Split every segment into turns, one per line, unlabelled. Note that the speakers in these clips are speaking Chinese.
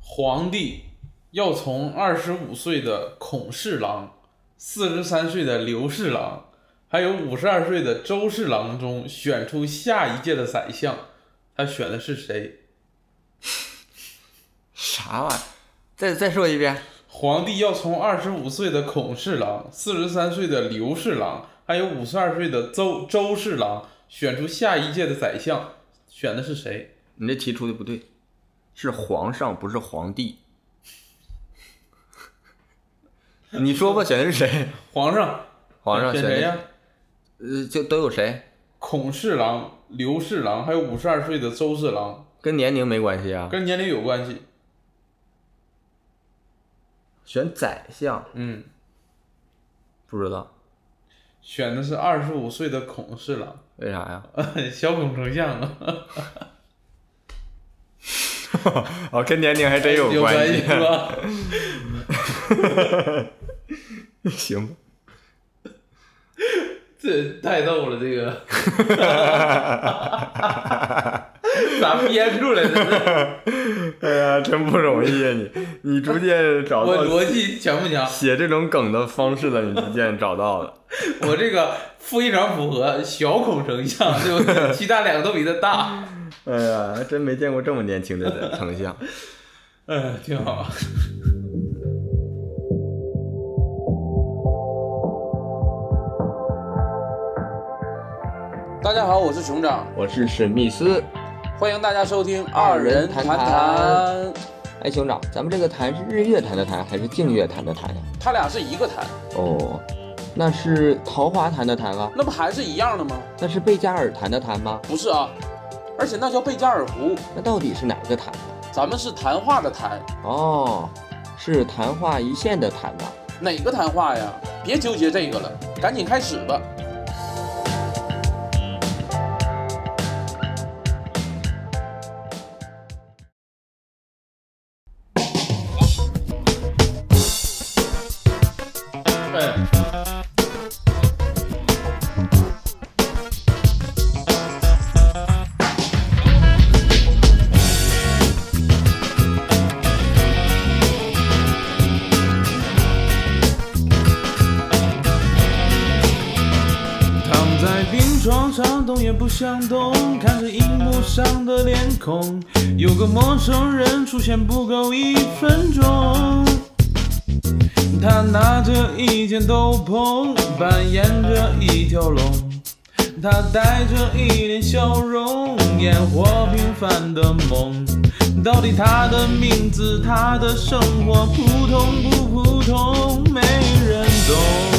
皇帝要从二十五岁的孔侍郎、四十三岁的刘侍郎，还有五十二岁的周侍郎中选出下一届的宰相，他选的是谁？
啥玩意儿？再再说一遍。
皇帝要从二十五岁的孔侍郎、四十三岁的刘侍郎，还有五十二岁的周周侍郎选出下一届的宰相，选的是谁？
你这题出的不对，是皇上不是皇帝。你说吧，选的是谁？
皇上，
皇上
选
选的
谁呀？
呃，就都有谁？
孔侍郎、刘侍郎，还有五十二岁的周侍郎，
跟年龄没关系啊。
跟年龄有关系。
选宰相
嗯，
不知道
选的是二十五岁的孔侍郎，
为啥呀？
小孔丞相啊，
哦，跟年龄还 真
有
关
系是吧？
系。行吧，
这太逗了，这个 咋编出来 的？
哎呀，真不容易啊你！你逐渐找
我
到
逻辑强不强？
写这种梗的方式了，你逐渐找到了。
我这个非常符合小孔丞 相，对不对？其他两个都比他大，
哎呀，还真没见过这么年轻的丞相。
嗯，挺好。
大家好，我是熊掌，
我是史密斯。
欢迎大家收听
二
二
人
人
谈
谈
谈
谈，
哎，兄长，咱们这个坛是日月潭的坛还是净月潭的坛呀？
他俩是一个谈，
哦，那是桃花潭的潭啊？
那不还是一样的吗？
那是贝加尔潭的潭吗？
不是啊，而且那叫贝加尔湖，
那到底是哪个潭啊？
咱们是谈话的谈，
哦，是昙花一现的昙吧？
哪个谈话呀？别纠结这个了，赶紧开始吧。
哎，躺在病床上，动也不想动，看着荧幕上的脸孔，有个陌生人出现不够一分钟。他拿着一件斗篷，扮演着一条龙，他带着一脸笑容，演活平凡的梦。到底他的名字，他的生活，普通不普通，没人懂。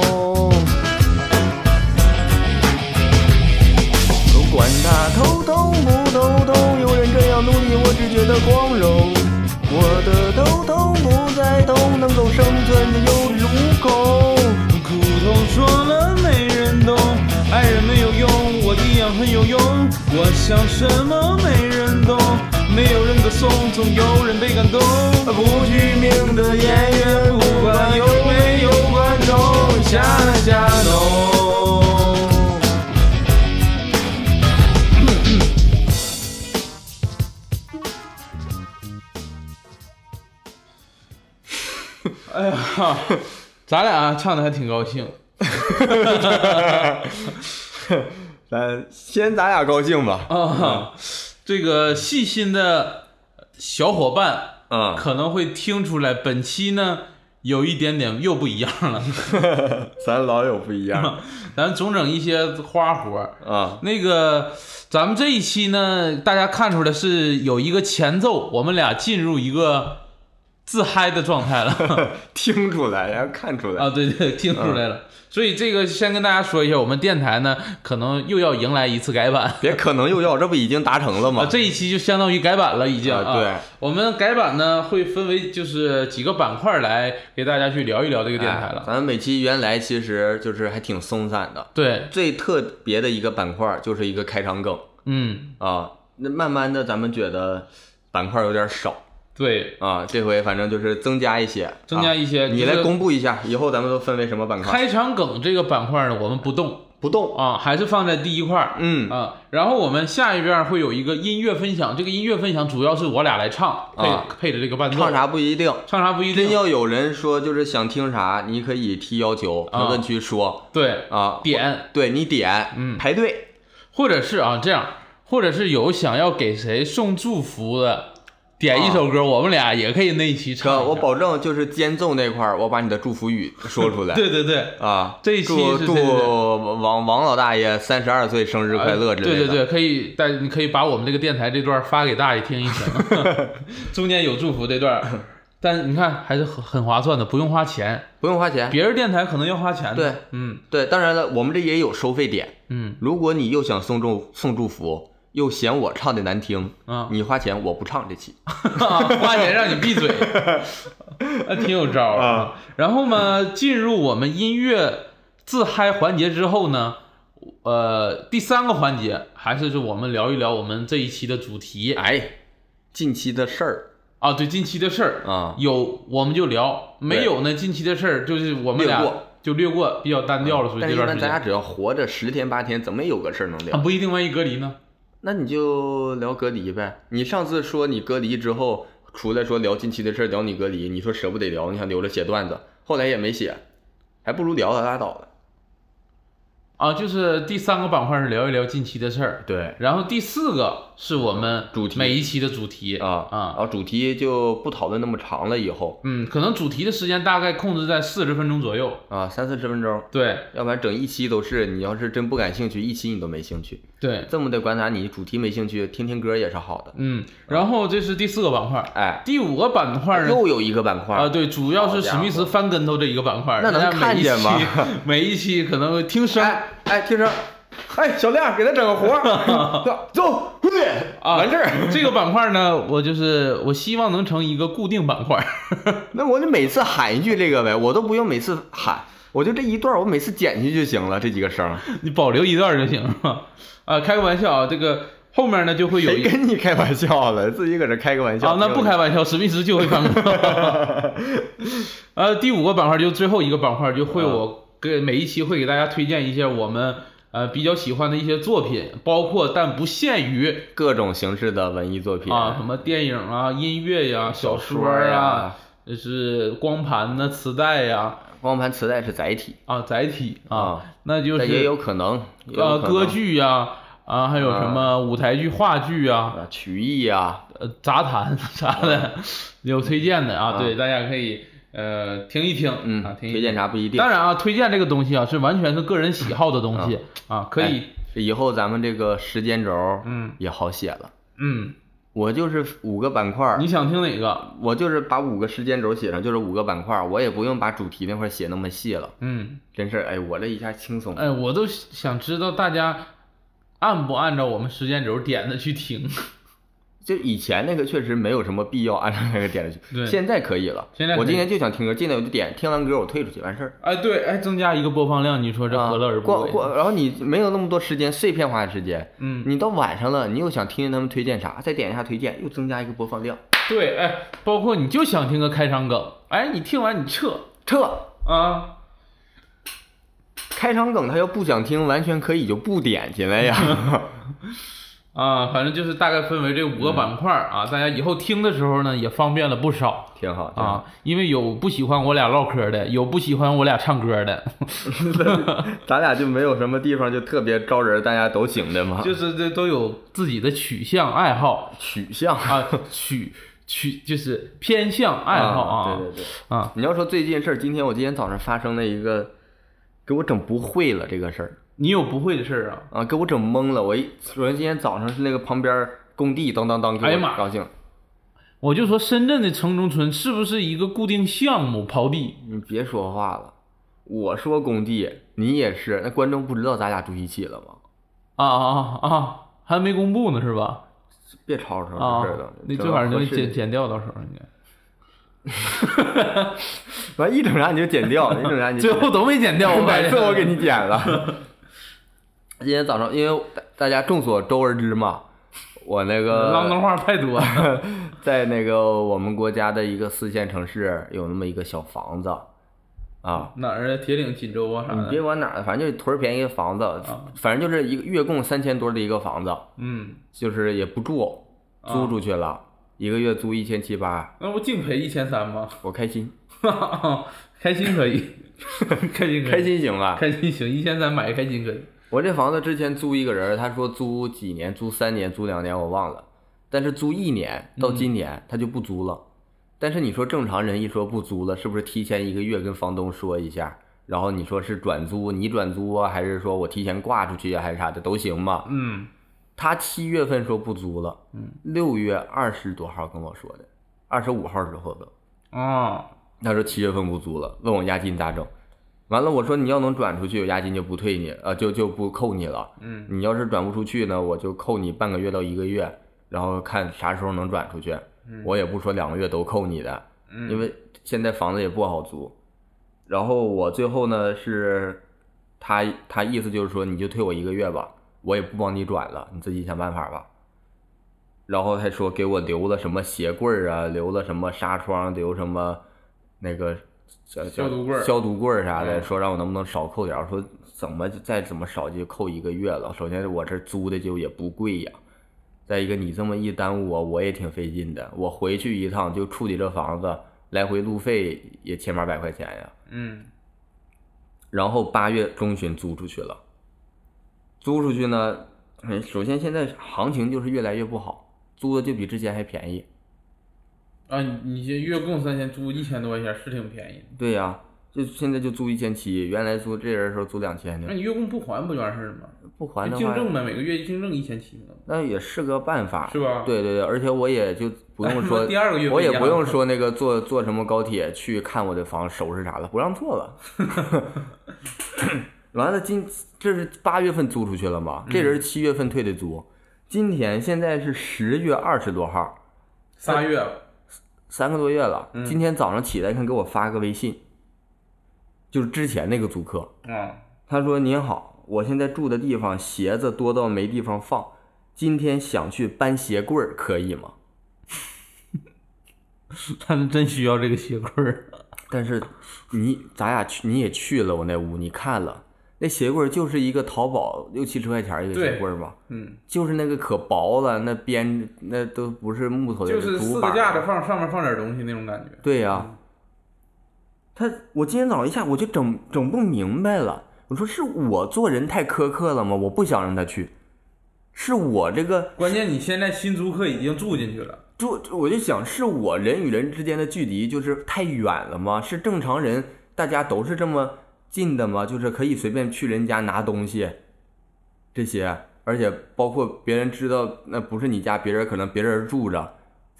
管他头痛不头痛，有人这样努力，我只觉得光荣。我的头痛不再痛，能够生存的有恃无恐。
苦头说了没人懂，爱人没有用，我一样很有用。我想什么没人懂，没有人歌颂，总有人被感动。
不具名的演员，不管有没有观众，
瞎
下
瞎弄。哎呀， 咱俩啊唱的还挺高兴。
咱先咱俩高兴吧。
啊，这个细心的小伙伴
嗯，
可能会听出来，本期呢有一点点又不一样了，
咱老有不一 样
咱总整一些花活儿。
啊。
那个，咱们这一期呢，大家看出来是有一个前奏，我们俩进入一个自嗨的状态 了
听出来，然后看出来。
啊！对对，听出来了。所以这个先跟大家说一下，我们电台呢可能又要迎来一次改版。
别可能又要，这不已经达成了吗？
啊，这一期就相当于改版了，已经
啊对
我们改版呢会分为就是几个板块来给大家去聊一聊这个电台
哎
了。
咱们每期原来其实就是还挺松散的，
对，
最特别的一个板块就是一个开场梗
嗯，
啊。那慢慢的，咱们觉得板块有点少
对，
啊，这回反正就是增加一些，
增加一些
啊
就是
你来公布一下，以后咱们都分为什么板块？
开场梗这个板块呢我们不动
不动，
啊，还是放在第一块儿。
嗯
啊，然后我们下一遍会有一个音乐分享，这个音乐分享主要是我俩来唱，配、
啊
配着这个伴奏。
唱？啥不一定。
唱啥不一
真
定。
要有人说就是想听啥，你可以提要求，
啊
评论区说
对，
啊，
点
对你点，
嗯
排队，
或者是啊这样，或者是有想要给谁送祝福的，点一首歌，我们俩也可以那一期唱一
哥，
下。
啊我保证就是间奏那块儿，我把你的祝福语说出 来。
对对对，
啊，
这一期
祝
是
祝
对对对
王王老大爷三十二岁生日快乐之类的。
对对对，可以，但你可以把我们这个电台这段发给大爷听一 听，中间有祝福这段儿。但你看还是很很划算的，不用花钱。
不用花钱。
别人电台可能要花钱的。
对，
嗯
对，当然了，我们这也有收费点。
嗯
如果你又想送祝送祝福，又嫌我唱的难听，
啊，
你花钱，我不唱这期。
花钱让你闭 嘴，啊，挺有招儿
啊。
然后嘛，进入我们音乐自嗨环节之后呢，呃，第三个环节还是就我们聊一聊我们这一期的主题
哎，近期的事儿
啊，对近期的事儿，
啊，
有我们就聊，没有呢，近期的事儿就是我们俩
略过
就略过，比较单调了，属于
但
这
是一
段时
般大家
间。
只要活着十天八天，怎么有个事儿能
啊，
聊？
不一定，万一隔离呢？
那你就聊隔离呗。你上次说你隔离之后，除了说聊近期的事儿，聊你隔离，你说舍不得聊，你想留着写段子，后来也没写，还不如聊了拉倒了。
啊，就是第三个板块是聊一聊近期的事儿，
对
然后第四个是我们
主题
每一期的主题
啊
啊
然，后主题就不讨论那么长了，以后
嗯，可能主题的时间大概控制在四十分钟左右。
啊三四十分钟，
对
要不然整一期都是。你要是真不感兴趣，一期你都没兴趣。
对，
这么的观察你主题没兴趣，听听歌也是好的。
嗯，然后这是第四个板块，
哎，
第五个板块呢？
又有一个板块
啊，对，主要是史密
好
斯翻跟头这一个板块，
那能
大家每一
看见吗
期？ 每一期可能会听声
哎哎，听声，哎，小亮给他整个活 儿，走走，快点，
啊，
完事儿。
这个板块呢，我就是我希望能成一个固定板块。
那我就每次喊一句这个呗，我都不用每次喊，我就这一段，我每次剪去就行了，这几个声儿。
你保留一段就行，是吧？啊，开个玩笑啊，这个后面呢就会有
谁
一
跟你开玩笑了？自己搁这开个玩笑
啊，那不开玩笑，史密斯就会翻 跟头。呃，第五个板块就最后一个板块，就
啊
会我给每一期会给大家推荐一些我们呃比较喜欢的一些作品，包括但不限于
各种形式的文艺作品啊
啊什么电影啊、音乐呀、小说
说
呀
呀、
就是光盘呐、磁带呀
光盘、磁带是载体，
啊载体啊
啊，
那就
但也
是
有可能也有
呃
可能嗯
歌剧呀。啊，还有什么舞台剧、话剧啊，
啊、曲艺啊，
呃，杂谈 啥的，有推荐的啊，对，大家可以呃听一听，
嗯，
啊，听一
推
听
荐啥不一定。
当然啊，推荐这个东西啊，是完全是个人喜好的东
嗯
西啊，可以，
以后咱们这个时间轴
嗯
也好写了。
嗯，
我就是五个板块，
你想听哪个？
我就是把五个时间轴写上，就是五个板块，我也不用把主题那块写那么细了。
嗯，
真是，哎，我这一下轻松。
哎，我都想知道大家按不按照我们时间轴点的去听。
就以前那个确实没有什么必要按照那个点的
对
去，现在可以了。
现在可以
我今天就想听歌，进来我就点，听完歌我退出去，完事儿。
哎，对，哎，增加一个播放量，你说这何乐而
啊
不
过
为？
过，然后你没有那么多时间，碎片化的时间。
嗯，
你到晚上了，你又想听听他们推荐啥，再点一下推荐，又增加一个播放量。
对，哎，包括你就想听个开场梗，哎，你听完你撤
撤，
啊，
开场梗他要不想听，完全可以就不点进 来呀。
啊，反正就是大概分为这五个板块儿啊，大家以后听的时候呢也方便了不少
挺好，
啊，因为有不喜欢我俩唠嗑的，有不喜欢我俩唱歌的，
挺好 咱俩就没有什么地方就特别招人，大家都行的嘛。
就是这都有自己的取向爱 好
取向
啊，取取就是偏向爱好啊，
对对对。
啊，
你要说最近事儿，今天我今天早上发生了一个，给我整不会了这个事儿
你有不会的事儿啊？
啊，给我整懵了。我一昨天今天早上是那个旁边工地当当当给
哎呀
我
妈
高兴，
我就说深圳的城中村是不是一个固定项目刨地？
你别说话了，我说工地，你也是，那观众不知道咱俩住一起了吗？
啊啊啊！还没公布呢是吧？
别吵吵
啊
这事儿了，，
那
整
这玩意儿就
合适
剪
的，
剪掉，到时候应该
完一整啥你就剪 掉，一整啥你就
最后都没剪 掉，我
每
感
次
觉
我给你剪了。 今天早上，因为大大家众所周而知嘛，我那
浪动
个
话太 多了。
在那个我们国家的一个四线城市有那么一个小房子啊，
哪儿啊？铁岭、锦州啊啥
你嗯别
的。
管哪儿，反正就是屯儿便宜的房子，反正就是一个月供三千多的一个房子，
嗯，
就是也不住，租出去了，一个月租一千七八，
啊那不净赔一千三吗？
我开心，
开心可 以，开心可以
开心行吧？
开心行，一千三买个开心可以。
我这房子之前租一个人儿，他说租几年，租三年，租两年，我忘了。但是租一年到今年、他就不租了。但是你说正常人一说不租了，是不是提前一个月跟房东说一下？然后你说是转租，你转租啊，还是说我提前挂出去啊，还是啥的都行嘛？
嗯，
他七月份说不租了，六月二十多号跟我说的，二十五号之后的，
啊，
他说七月份不租了，问我押金咋整？完了，我说你要能转出去，押金就不退你，呃，就就不扣你了。
嗯，
你要是转不出去呢，我就扣你半个月到一个月，然后看啥时候能转出去。
嗯
我也不说两个月都扣你的，因为现在房子也不好租。然后我最后呢是，他他意思就是说你就退我一个月吧，我也不帮你转了，你自己想办法吧。然后还说给我留了什么鞋柜儿啊，留了什么纱窗，留什么那个叫叫
消毒柜儿
消毒柜儿啥的，
嗯
说让我能不能少扣点儿。我说怎么就再怎么少就扣一个月了。首先我这租的就也不贵呀，再一个你这么一耽误我，我也挺费劲的。我回去一趟就处理这房子，来回路费也千八百块钱呀。
嗯，
然后八月中旬租出去了。租出去呢，嗯首先现在行情就是越来越不好，租的就比之前还便宜。
啊，你你这月供三千，租一千多块钱是挺便宜的。
对呀、就现在就租一千七，原来租这人的时候租两千
那
呢，
你月供不还不就完事儿了吗？
不还嗯的
净
话，
挣呗，每个月净挣一千七呢。
那也是个办法，
是吧
啊对对对，而且我也就不 用说，
第二个月不
我
一
也
样
不用说那个坐坐什么高铁去看我的房收拾啥了，不让坐 了。完了，今这是八月份租出去了嘛？这
嗯
人七月份退的租，今天现在是十月二十多号，
仨月，
三个多月了。
嗯
今天早上起来看给我发个微信，就是之前那个租客，
啊，
他说：“您好，我现在住的地方鞋子多到没地方放，今天想去搬鞋柜儿，可以吗
他是真需要这个鞋柜儿。？”
但是你咱俩去，你也去了我那屋，你看了那鞋柜儿就是一个淘宝六七十块钱一个
对
鞋柜儿嘛，
嗯，
就是那个可薄了，那边那都不是木头的，
就是
竹
四
板
个
儿
架嗯
啊
子放上面放点东西那种感觉。
对呀、他我今天早上一下我就整整不明白了，我说是我做人太苛刻了吗？我不想让他去，是我这个
关键你现在新租客已经住进去了，
就我就想，是我人与人之间的距离就是太远了吗？是正常人大家都是这么近的吗？就是可以随便去人家拿东西，这些，而且包括别人知道那不是你家，别人可能别人住着，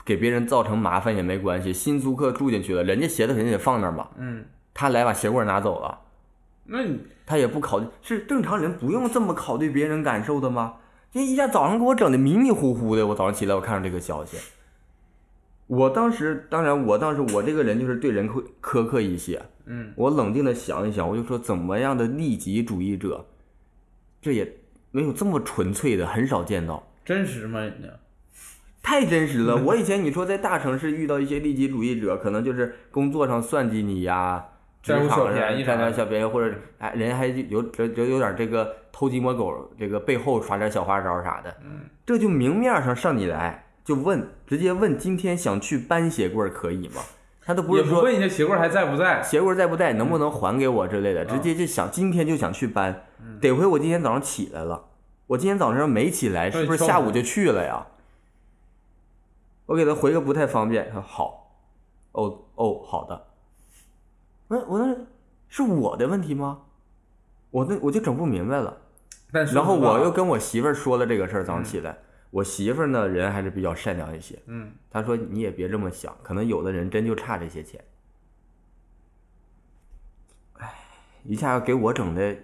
给别人造成麻烦也没关系。新租客住进去了，人家鞋子肯定得放那儿嘛，
嗯，
他来把鞋柜拿走了，
那你
他也不考虑，是正常人不用这么考虑别人感受的吗？这一下早上给我整的迷迷糊糊的，我早上起来我看到这个消息，我当时当然我当时我这个人就是对人会苛刻一些，
嗯，
我冷静的想一想，我就说怎么样的利己主义者，这也没有这么纯粹的，很少见到。
真实吗？人家
太真实
嗯
了。我以前你说在大城市遇到一些利己主义者，可能就是工作上算计你呀、职
占我
场
小
上
便宜啥
占点
的
小便宜，或者哎，人还有有有有点这个偷鸡摸狗，这个背后耍点小花招啥的。
嗯
这就明面上上你来就问，直接问今天想去搬鞋柜儿可以吗？他都不
也
是
不
说
问一下鞋柜儿还在不在，
鞋柜儿在不在，能
嗯
不能还给我之类的，直接就想今天就想去搬。
嗯
得亏我今天早上起来了，我今天早上没起来，
那
是
你
不是
敲
下
门
午就去了呀？我给他回个不太方便，他说好，哦哦，好的。我我那是我的问题吗？我那我就整不明白了。
但是嗯
然后
吧
我又跟我媳妇儿说了这个事儿，早上起来，我媳妇儿呢，人还是比较善良一些。
嗯，
她说你也别这么想，可能有的人真就差这些钱。哎，一下给我整的，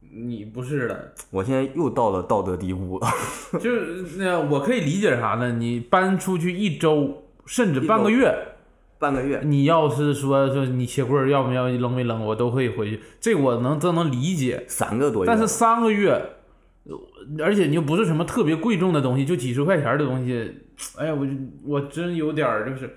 你不是的，
我现在又到了道德低谷了。
就是那我可以理解啥呢？你搬出去一周甚至半个月，
半个月，
你要是说说你鞋柜儿要不要扔没扔，我都会回去，这我能都能理解。
三个多月，
但是三个月，呃而且你又不是什么特别贵重的东西，就几十块钱的东西，哎呀，我就我真有点儿就是，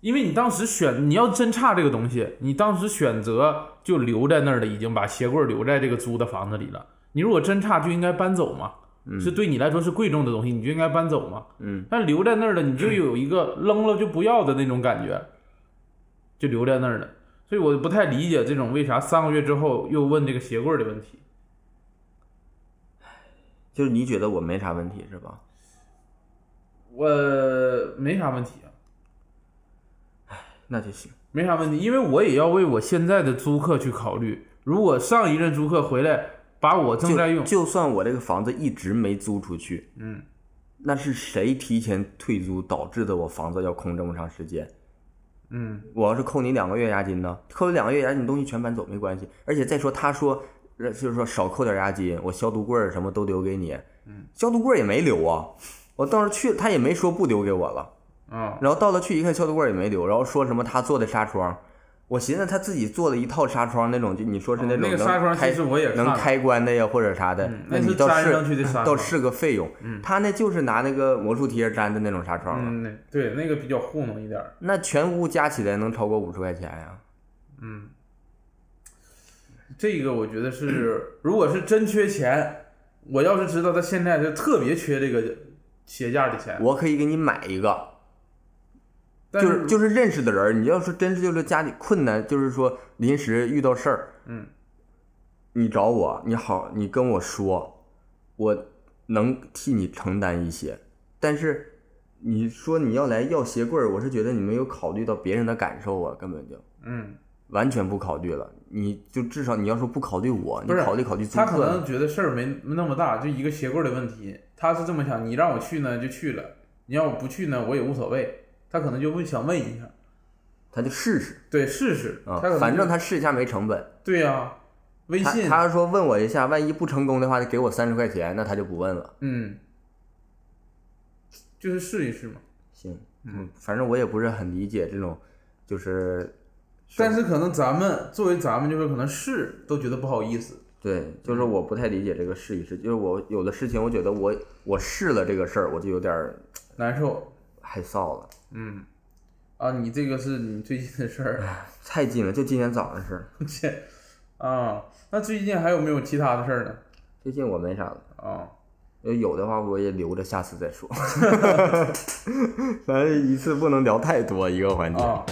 因为你当时选，你要真差这个东西，你当时选择就留在那儿了，已经把鞋柜儿留在这个租的房子里了。你如果真差，就应该搬走嘛。是对你来说是贵重的东西，你就应该搬走嘛。
嗯，
但留在那儿了，你就有一个扔了就不要的那种感觉，就留在那儿了。所以我不太理解这种为啥三个月之后又问这个鞋柜儿的问题。
就是你觉得我没啥问题是吧？
我没啥问题啊，
那就行。
没啥问题，因为我也要为我现在的租客去考虑。如果上一任租客回来把我正在
就
用，
就算我这个房子一直没租出去，
嗯，
那是谁提前退租导致的我房子要空这么长时间？
嗯，
我要是扣你两个月押金呢？扣你两个月押金，东西全搬走没关系。而且再说，他说呃就是说少扣点押金，我消毒柜儿什么都留给你，嗯，消毒柜儿也没留啊。我到时候去，他也没说不留给我了。
啊、
然后到了去一看，消毒柜儿也没留，然后说什么他做的纱窗，我寻思他自己做了一套纱窗那种，就你说是种
哦那个
能
纱窗
开
其实我也看
能
了
开关的呀或者啥的，
嗯那
那
是
你倒
粘
是
上去的纱
倒
窗
是个费用。他那就是拿那个魔术贴粘的那种纱窗了，
嗯，那对，那个比较糊弄一点儿。
那全屋加起来能超过五十块钱呀、
嗯，这个我觉得是，如果是真缺钱，我要是知道他现在就特别缺这个鞋架的钱，
我可以给你买一个，
但
就是就是认识的人儿，你要是真是就是家里困难，就是说临时遇到事儿，
嗯，
你找我，你好，你跟我说，我能替你承担一些，但是你说你要来要鞋柜儿，我是觉得你没有考虑到别人的感受啊，根本就
嗯，
完全不考虑了。你就至少你要说不考虑我，你
不是
考虑考虑租
他可
客
能
呢，
觉得事儿没那么大，就一个鞋柜的问题，他是这么想，你让我去呢就去了，你要我不去呢我也无所谓，他可能就问想问一下，
他就试试
对，试试，
啊
他可能，
反正
就
他试一下没成本。
对呀、微
他
信，
他要说问我一下，万一不成功的话，就给我三十块钱，那他就不问了。
嗯，就是试一试嘛。
行，嗯，反正我也不是很理解这种，就是
但是可能咱们作为咱们就是可能是都觉得不好意思，
对，就是我不太理解这个试一试，就是我有的事情，我觉得我我试了这个事儿，我就有点儿
难受。
害臊了，
嗯，啊，你这个是你最近的事儿，
太近了，就今天早上事儿，
这 啊，那最近还有没有其他的事儿呢？
最近我没啥了，
啊，
要呃有的话我也留着下次再说， 咱一次不能聊太多一个环节，
啊，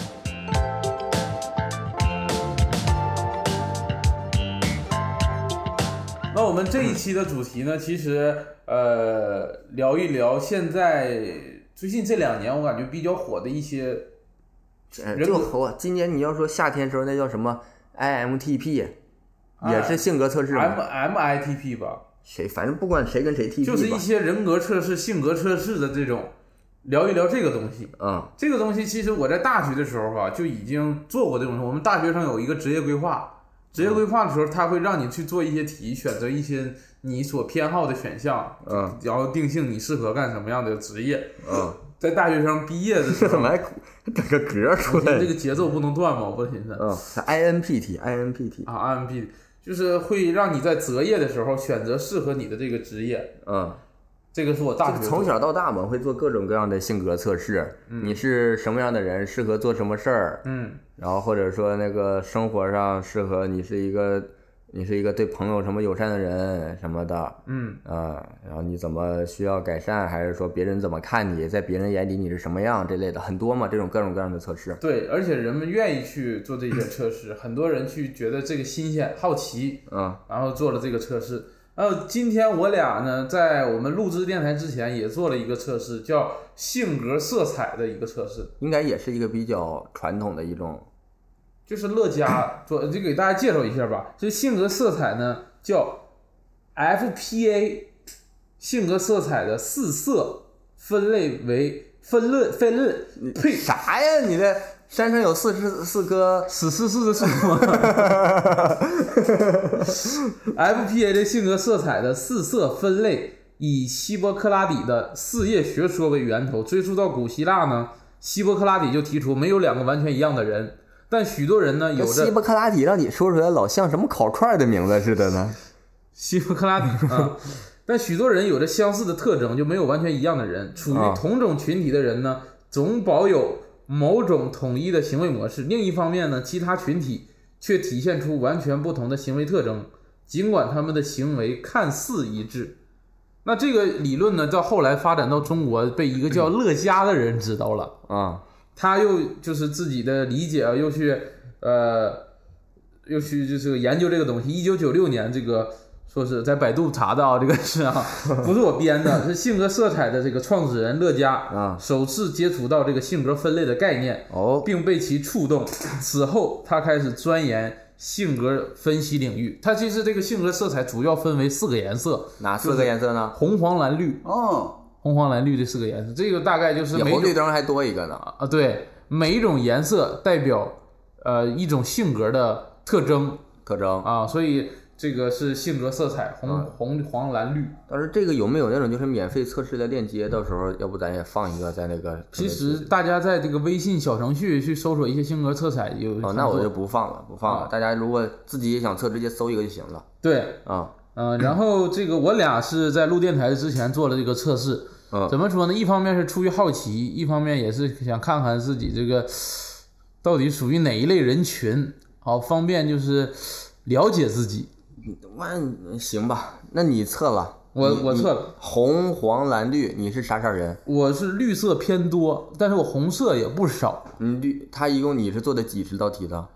那我们这一期的主题呢，其实呃，聊一聊现在最近这两年我感觉比较火的一些，
哎
人
这个火，今年你要说夏天时候那叫什么 IMTP，也是性格测试吗
M M 哎 M，M I T P 吧，
谁反正不管谁跟谁 TP 吧，
就是一些人格测试、性格测试的这种，聊一聊这个东西。
嗯
这个东西其实我在大学的时候啊就已经做过这种事。我们大学上有一个职业规划，职业规划的时候，它会让你去做一些题，选择一些你所偏好的选项，
嗯
然后定性你适合干什么样的职业。
嗯。
在大学生毕业的时
怎
候
么，还整个格出来？
这个节奏不能断嘛，我寻思
嗯，INPT INPT，
啊，RMB 就是会让你在择业的时候选择适合你的这个职业。
嗯，
这个是我大学
就是从
做的
小到大嘛，会做各种各样的性格测试，你是什么样的人，适合做什么事儿，
嗯
然后或者说那个生活上适合你是一个，你是一个对朋友什么友善的人什么的，
嗯
啊、然后你怎么需要改善，还是说别人怎么看你，在别人眼里你是什么样这类的，很多嘛，这种各种各样的测试，
对，而且人们愿意去做 这些测试，很多人去觉得这个新鲜、好奇，
嗯
然后做了这个测试。然后今天我俩呢，在我们录制电台之前也做了一个测试，叫性格色彩的一个测试，
应该也是一个比较传统的一种，
就是乐嘉做，就给大家介绍一下吧。这性格色彩呢叫 FPA，性格色彩的四色分类为分论分论，呸，
啥呀？你这山上有四十四棵，
死四四的树吗？FPA 的性格色彩的四色分类，以希波克拉底的四叶学说为源头，追溯到古希腊呢，希波克拉底就提出没有两个完全一样的人，但许多人呢有
希
着
波克拉底让你说出来老像什么烤串的名字似的呢？
希波克拉底啊。但许多人有着相似的特征，就没有完全一样的人。处于
啊
同种群体的人呢，总保有某种统一的行为模式；另一方面呢，其他群体却体现出完全不同的行为特征，尽管他们的行为看似一致。那这个理论呢，到后来发展到中国，被一个叫乐嘉的人知道了。
啊，
他又就是自己的理解啊，又去呃，又去就是研究这个东西。一九九六年，这个说是在百度查的啊，这个是 啊，不是我编的，是性格色彩的这个创始人乐嘉
啊
首次接触到这个性格分类的概念，
哦，
并被其触动。此后，他开始钻研性格分析领域。他其实这个性格色彩主要分为四个颜色：
哪四个颜色呢？
红、黄、蓝、绿。
哦，
红、黄、蓝、绿这四个颜色，这个大概就是
比
每
红
种
绿灯还多一个呢。
啊，对，每一种颜色代表呃一种性格的特征
特征，
啊，所以这个是性格色彩，红、
啊
红、黄、蓝、绿。
但是这个有没有那种就是免费测试的链接？到时候要不咱也放一个在那个。
其实大家在这个微信小程序去搜索一些性格色彩有很多，
哦，那我就不放了，不放了。
啊
大家如果自己也想测，直接搜一个就行了
对，
啊。
嗯、然后这个我俩是在录电台之前做了这个测试，
嗯
怎么说呢？一方面是出于好奇，一方面也是想看看自己这个到底属于哪一类人群，好方便就是了解自己。
那行吧，那你测了，
我
你
我
你
测了
红黄蓝绿，你是啥色儿人？
我是绿色偏多，但是我红色也不少，
你绿，他一共你是做的几十道题呢？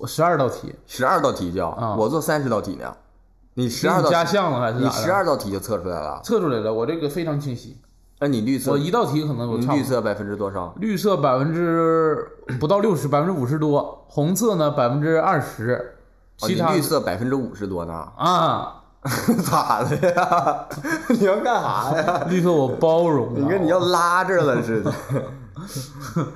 我十二道题，
十二道题就，
啊
我做三十道题呢。你十
给
二
你
道
加
题，
项了还是
你
咋的
十二道题就测出来了。
测出来了，我这个非常清晰，
那你绿色
我，一道题可能我
你
差不
绿
多。
色百分之多少？
绿色百分之不到六十，百分之五十多，红色呢百分之二十，
哦
其
你
他？
绿色百分之五十多呢
啊，
咋的呀？ 你要干啥呀？
绿色我包容啊了。
你跟你要拉这儿了似的。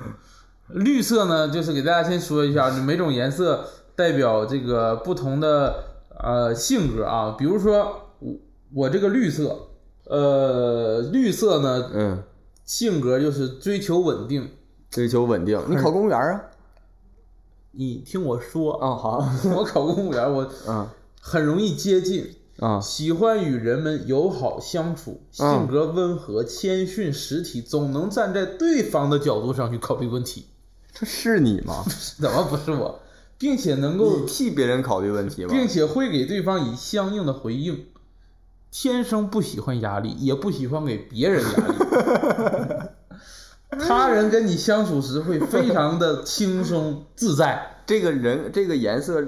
绿色呢，就是给大家先说一下，每种颜色代表这个不同的呃性格啊，比如说我我这个绿色，呃，绿色呢
嗯，
性格就是追求稳定。
追求稳定。你考公务员啊？
你听我说，啊
哦，好。
我考公务员，我
嗯
很容易接近，
啊
喜欢与人们友好相处，
嗯
性格温和、谦逊、实体，总能站在对方的角度上去考虑问题。
这是你吗？
怎么不是我？并且能够
你替别人考虑问题吗？
并且会给对方以相应的回应。天生不喜欢压力，也不喜欢给别人压力。他人跟你相处时会非常的轻松自在。
这个人这个颜色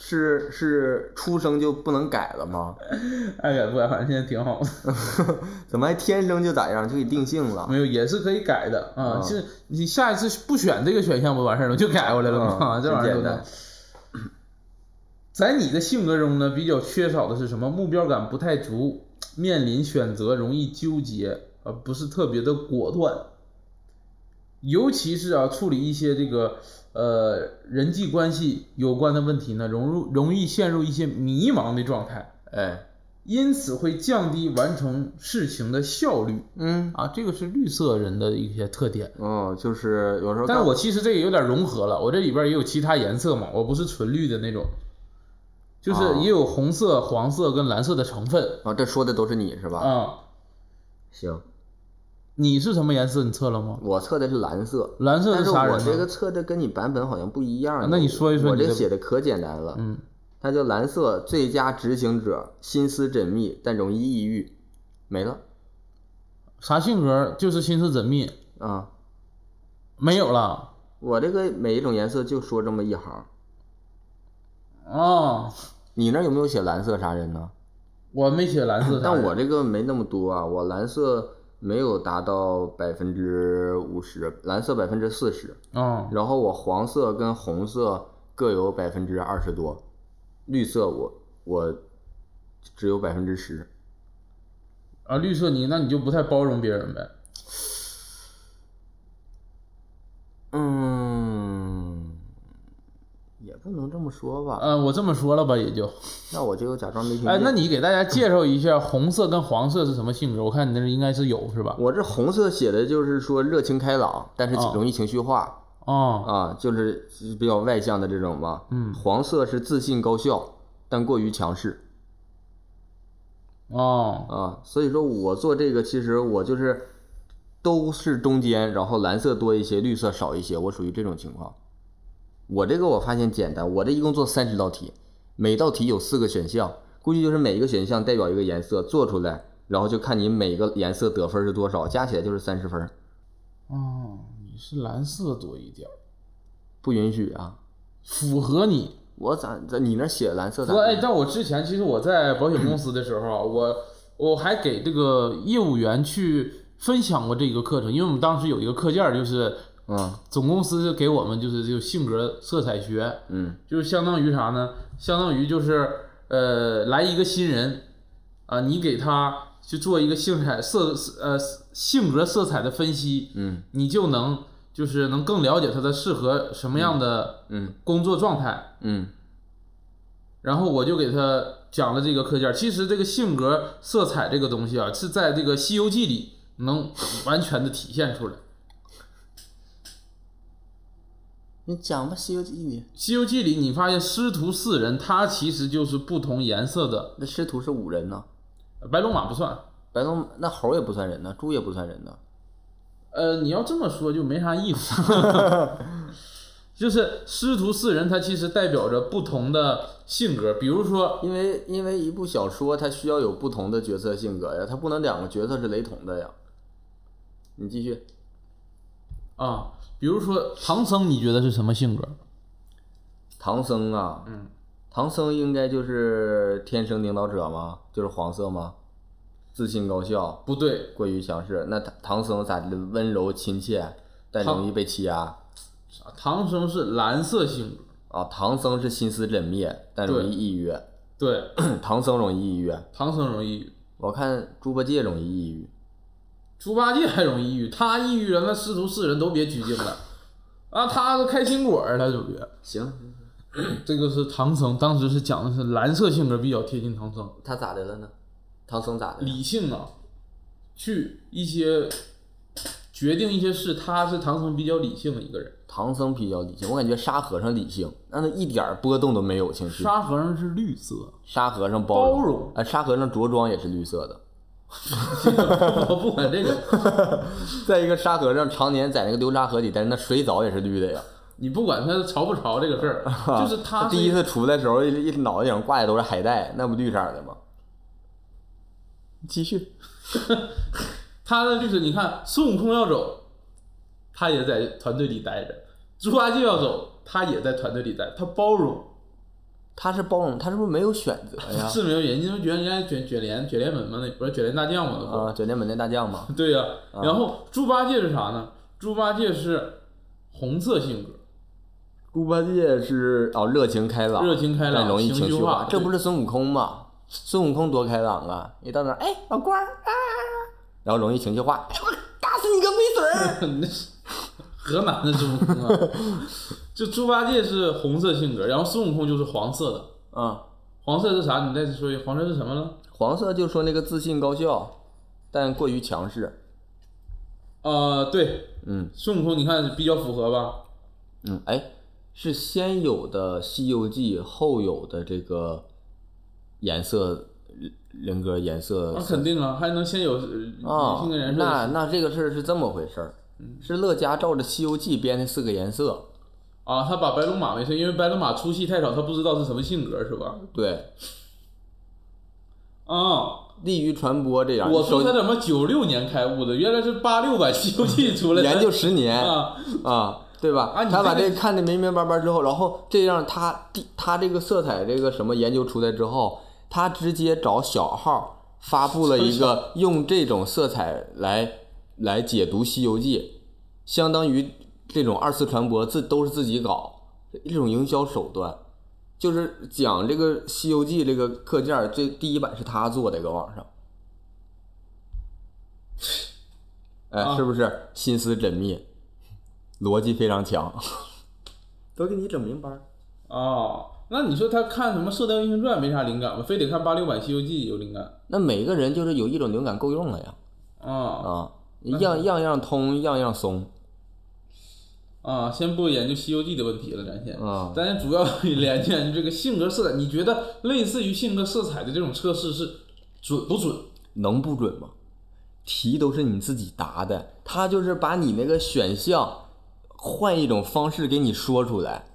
是是出生就不能改了吗？
爱改不改，反正现在挺好的，
怎么还天生就咋样就给定性了？
没有也是可以改的啊。
嗯
是你下一次不选这个选项不完事儿了，就改过来了吗？
嗯
这玩意儿都
很
能
简单。
在你的性格中呢，比较缺少的是什么？目标感不太足，面临选择容易纠结，而不是特别的果断。尤其是啊，处理一些这个呃人际关系有关的问题呢，融入容易陷入一些迷茫的状态，
哎，
因此会降低完成事情的效率
嗯，
啊。这个是绿色人的一些特点。
哦，就是有时候干，
但是我其实这个有点融合了，我这里边也有其他颜色嘛，我不是纯绿的那种，就是
哦
也有红色、黄色跟蓝色的成分
啊，这说的都是你是吧？
啊。
行，
你是什么颜色？你测了吗？
我测的是蓝色，
蓝色
但是
啥
我
人
这个
呢？
测的跟你版本好像不一样
啊
呢。
那你说一说
我
你
这
的
写的可简单了，
嗯，
它叫蓝色最佳执行者，心思缜密但容易抑郁，没了
啥性格？就是心思缜密，
啊。
没有了。
我这个每一种颜色就说这么一行，
哦，
你那儿有没有写蓝色啥人呢？
我没写蓝色啥
但
人，
我这个没那么多啊，我蓝色没有达到百分之五十，蓝色百分之四十，
嗯，
然后我黄色跟红色各有百分之二十多，绿色我我只有百分之十。
啊，绿色你那你就不太包容别人呗？
嗯不能这么说吧？
嗯，我这么说了吧，也就。
那我就假装没听见。
哎，那你给大家介绍一下红色跟黄色是什么性质？我看你那应该是有是吧？
我这红色写的就是说热情开朗，但是
哦
容易情绪化、
哦，
啊，就是比较外向的这种嘛。
嗯
黄色是自信高效，但过于强势
哦，
啊。所以说我做这个，其实我就是都是中间，然后蓝色多一些，绿色少一些，我属于这种情况。我这个我发现简单，我这一共做三十道题，每道题有四个选项，估计就是每一个选项代表一个颜色，做出来，然后就看你每个颜色得分是多少，加起来就是三十分，
哦，你是蓝色多一点儿，
不允许啊。
符合你。
我咋在你那写蓝色咋
我？哎，但我之前其实我在保险公司的时候啊，我我还给这个业务员去分享过这个课程，因为我们当时有一个课件儿就是。
嗯
总公司就给我们就是就性格色彩学，
嗯，
就是相当于啥呢？相当于就是呃，来一个新人啊，你给他去做一个性彩色呃性格色彩的分析，
嗯，
你就能就是能更了解他的适合什么样的
嗯
工作状态。
嗯
然后我就给他讲了这个课件儿。其实这个性格色彩这个东西啊，是在这个《西游记》里能完全的体现出来。
你讲吧，《西游记》里
《西游记》里，你发现师徒四人，他其实就是不同颜色的
那师徒是五人呢，
白龙马不算。
白龙那猴也不算人呢，猪也不算人呢。
呃，你要这么说就没啥意 思，就是师徒四人，他其实代表着不同的性格。比如说，
因为因为一部小说它需要有不同的角色性格呀，它不能两个角色是雷同的呀。你继续，
啊，比如说唐僧，你觉得是什么性格？
唐僧啊，
嗯，
唐僧应该就是天生领导者吗？就是黄色吗？自信高效，
不对，
过于强势。那唐唐僧咋的温柔亲切，但
唐
容易被欺压？
啊唐僧是蓝色性格，
啊，唐僧是心思缜密，但容易
对
抑郁。
对，
唐僧容易抑郁，
唐僧容易抑郁，
我看猪八戒容易抑郁。
猪八戒还容易抑郁，他抑郁了，那师徒四人都别拘禁了，啊，他都开心果儿了，就别。
行，
这个是唐僧，当时是讲的是蓝色性格比较贴近唐僧，
他咋的了呢？唐僧咋的了？
理性啊，去一些决定一些事，他是唐僧比较理性的一个人。
唐僧比较理性，我感觉沙和尚理性，那他一点儿波动都没有情绪。
沙和尚是绿色，
沙和尚包
包容
啊，沙和尚着装也是绿色的。
我不管这个，
再一个，沙和尚常年在那个流沙河里待着，那水澡也是绿的呀。
你不管他潮不潮这个事儿，就是他
啊他
是
第一次出来的时候，一一脑袋顶上挂的都是海带，那不绿色的吗？继续，
他的绿色。你看孙悟空要走，他也在团队里待着；猪八戒要走，他也在团队里待。他包容，
他是包容，他是不是没有选择呀？
是没有人家都觉得人家卷卷帘卷帘门嘛，那不是卷帘大将嘛，那不是
啊，卷帘门的大将嘛。
对呀、
啊
然后猪八戒是啥呢？猪八戒是红色性格，
猪八戒是哦，热情开朗，
热情开朗
但容易情
情绪化
化。这
对
不是孙悟空吗？孙悟空多开朗啊！一到那儿，哎，老官儿啊，然后容易情绪化，哎我打死你个龟 孙儿！
那是河南的孙悟空啊。 就猪八戒是红色性格，然后孙悟空就是黄色的。
啊，
黄色是啥？你再说一下，黄色是什么呢？
黄色就说那个自信高效，但过于强势。
啊，对，
嗯
孙悟空，你看比较符合吧？
嗯，哎，是先有的《西游记》，后有的这个颜色人格颜色
那、肯定啊，还能先有呃
啊
女性的人，设
那那这个事儿是这么回事儿，
嗯
是乐嘉照着《西游记》编的四个颜色，
啊，他把白龙马没事，因为白龙马出戏太少，他不知道是什么性格是吧？
对，
啊、
利于传播这样。
我说他
手
怎么九六年开悟的，原来是八六版《西游记》出来的
研究十年
啊，
啊，对吧
啊？你
他把
这个
这看的明明白白之后，然后这样他第他这个色彩这个什么研究出来之后，他直接找小号发布了一个用这种色彩来来解读《西游记》，相当于这种二次传播自都是自己搞一种营销手段。就是讲这个《西游记》这个课件儿，这第一版是他做的，搁网上，哎，
啊
是不是心思缜密，逻辑非常强，都给你整明白儿。
哦，那你说他看什么《射雕英雄传》没啥灵感吗？非得看八六版《西游记》有灵感？
那每个人就是有一种灵感够用了呀，
啊
啊，样样样通，样样松
啊，先不研究《西游记》的问题了，咱先，
啊。
咱先主要研究研究这个性格色彩。你觉得类似于性格色彩的这种测试是准不准？
能不准吗？题都是你自己答的，他就是把你那个选项换一种方式给你说出来。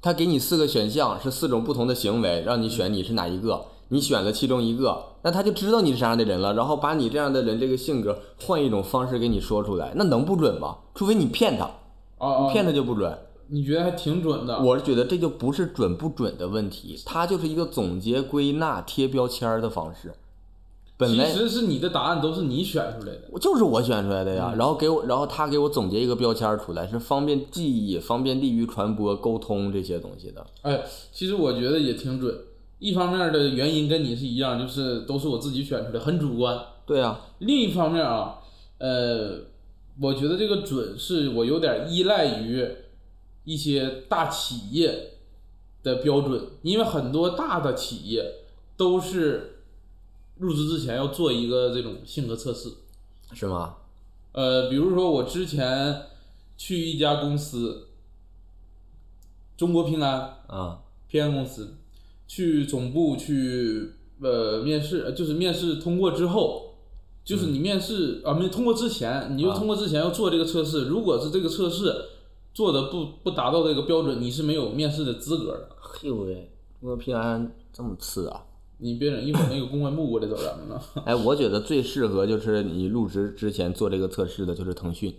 他给你四个选项，是四种不同的行为，让你选你是哪一个。你选了其中一个，那他就知道你是啥样的人了，然后把你这样的人这个性格换一种方式给你说出来，那能不准吗？除非你骗他，
哦
你骗
哦，
他就不准。
你觉得还挺准的？
我是觉得这就不是准不准的问题，它就是一个总结归纳贴标签儿的方式。本
其
来嗯
实是你的答案都是你选出来的。
我就是我选出来的呀，
嗯
然后给我，然后他给我总结一个标签儿出来，是方便记忆、方便利于传播、沟通这些东西的。
哎，其实我觉得也挺准。一方面的原因跟你是一样，就是都是我自己选出来，很主观。
对啊，
另一方面啊，呃，我觉得这个准是我有点依赖于一些大企业的标准，因为很多大的企业都是入职之前要做一个这种性格测试。
是吗？
呃，比如说我之前去一家公司，中国平安，
啊、
偏公司，去总部去呃面试，呃就是面试通过之后，就是你面试、啊没通过之前，你就
嗯啊
通过之前要做这个测试，如果是这个测试做的不不达到这个标准，你是没有面试的资格的。
嘿呦喂，中国平安这么次啊！
你别整，一会儿那个公关部过来找咱们了。
哎，我觉得最适合就是你入职之前做这个测试的，就是腾讯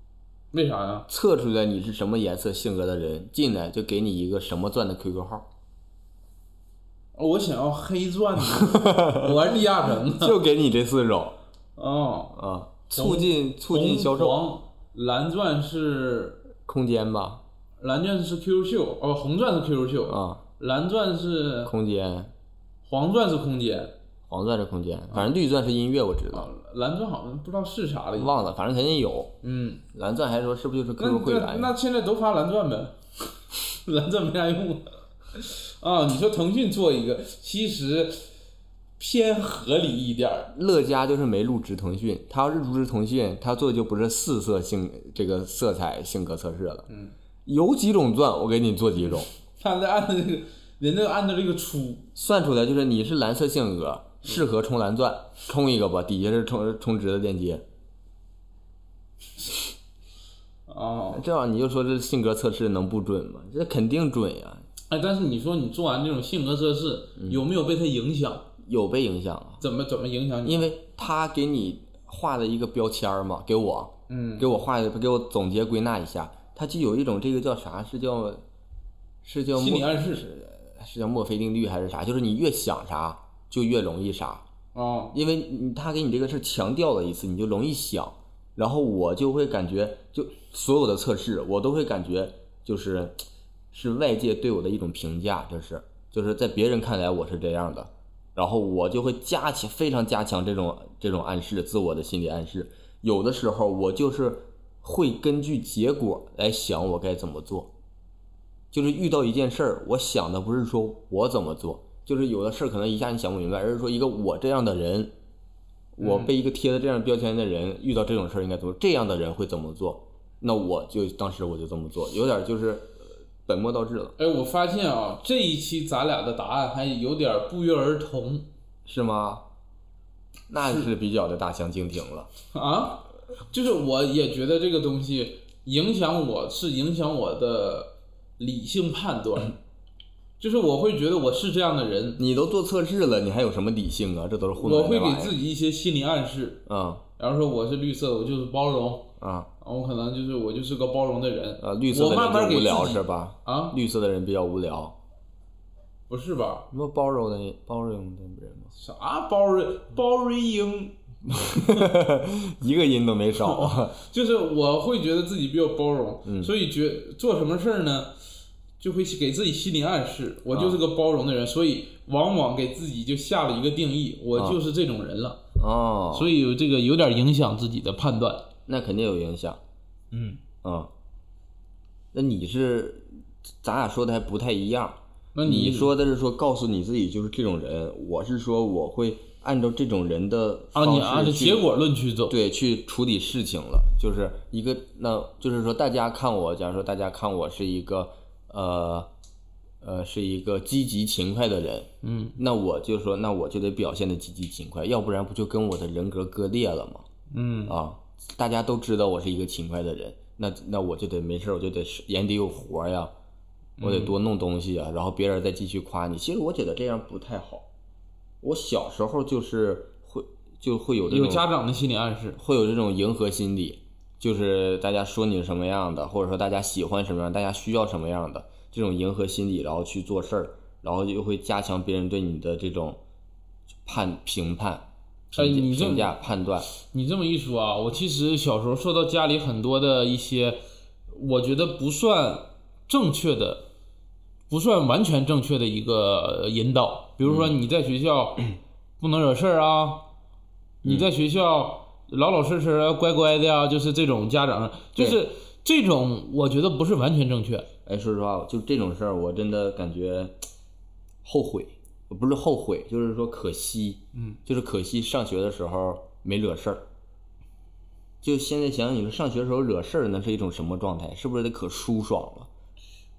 为啥呀？
测出来你是什么颜色性格的人，进来就给你一个什么钻的 QQ 号，
哦我想要黑钻呢，我玩地下城呢。
就给你这四种
哦，
啊，促进促进销
红
售
黄蓝钻是
空间吧
蓝钻是 QQ 秀，哦，红钻是 QQ 秀，
啊，
蓝钻是
空间
黄钻是空间，
黄钻是空间，反正绿钻是音乐，我知道。
啊，蓝钻好像不知道是啥了已经。
忘了，反正肯定有。
嗯，
蓝钻还说是不是就是
那
QQ 会
那
员？
那现在都发蓝钻呗， 蓝钻没啥用 啊。你说腾讯做一个，其实偏合理一点儿。
乐嘉就是没入职腾讯，他要是入职腾讯，他做的就不是四色性这个色彩性格测试了。
嗯，
有几种钻，我给你做几种，
他在按照这个，人家按照这个出，
算出来就是你是蓝色性格，适合充蓝钻，充一个吧。底下是充充值的链接，
哦，
这样你就说这性格测试能不准吗？这肯定准呀，
哎，但是你说你做完这种性格测试，
嗯
有没有被他影响？
有被影响啊，
怎么怎么影响你？
因为他给你画了一个标签儿嘛，给我，
嗯
给我画一个，给我总结归纳一下，它就有一种这个叫啥？是叫是叫
心理
墨
暗示
是是叫墨菲定律还是啥？就是你越想啥就越容易啥，
哦，
因为你他给你这个事儿强调了一次，你就容易想。然后我就会感觉，就所有的测试我都会感觉就是是外界对我的一种评价，就是就是在别人看来我是这样的，然后我就会加强非常加强这种这种暗示，自我的心理暗示。有的时候我就是会根据结果来想我该怎么做，就是遇到一件事儿，我想的不是说我怎么做，就是有的事儿可能一下你想不明白，而是说一个我这样的人，我
嗯
被一个贴了这样标签的人遇到这种事儿应该怎么，这样的人会怎么做？那我就当时我就这么做，有点就是呃本末倒置了，
哎，我发现啊，这一期咱俩的答案还有点儿不约而同
是吗？那是比较的大相径庭了。
啊，就是我也觉得这个东西影响我是影响我的理性判
嗯
断，就是我会觉得我是这样的人，
你都做测试了，你还有什么理性啊？这都是混
我
乱的
会
玩意
给
儿
自己一些心理暗示，
啊
然后说我是绿色的，我就是包容，
啊
我可能就是我就是个包容的人
啊！绿色
我
的
慢慢
人
给
就无
自
聊
己
是吧？
啊，
绿色的人比较无聊，
不是吧？
什么包容的包容的人吗？
啥包容包容英？
一个音都没少啊！
就是我会觉得自己比较包容，
嗯
所以觉做什么事儿呢，就会给自己心理暗示，我
啊
就是个包容的人，所以往往给自己就下了一个定义，
啊
我就是这种人了，
哦，
所以有这个有点影响自己的判断。
那肯定有影响
嗯，
啊。那你是咱俩说的还不太一样。
那
你说的是说告诉你自己就是这种人，我是说我会按照这种人的
啊，
方
你
式
按照
去
结果论去走，
对去处理事情了，就是一个那就是说大家看我，假如说大家看我是一个呃呃是一个积极勤快的人，
嗯
那我就说那我就得表现的积极勤快，要不然不就跟我的人格割裂了吗？
嗯，
啊，大家都知道我是一个勤快的人，那那我就得没事儿，我就得是眼底有活儿呀，我得多弄东西啊，然后别人再继续夸你。其实我觉得这样不太好。我小时候就是会就会有这
有
种
家长的心理暗示，
会有这种迎合心理，就是大家说你是什么样的，或者说大家喜欢什么样，大家需要什么样的这种迎合心理，然后去做事儿，然后就会加强别人对你的这种判评判、
哎
评价
你这
评价判断。
你这么一说啊，我其实小时候受到家里很多的一些，我觉得不算正确的，不算完全正确的一个呃引导。比如说你在学校不能惹事儿啊，你在学校老老实实啊乖乖的呀、就是这种家长，就是这种，我觉得不是完全正确。
哎，说实话，就这种事儿，我真的感觉后悔，不是后悔，就是说可惜，
嗯，
就是可惜上学的时候没惹事儿。就现在想想，你说上学的时候惹事儿，那是一种什么状态？是不是得可舒爽了？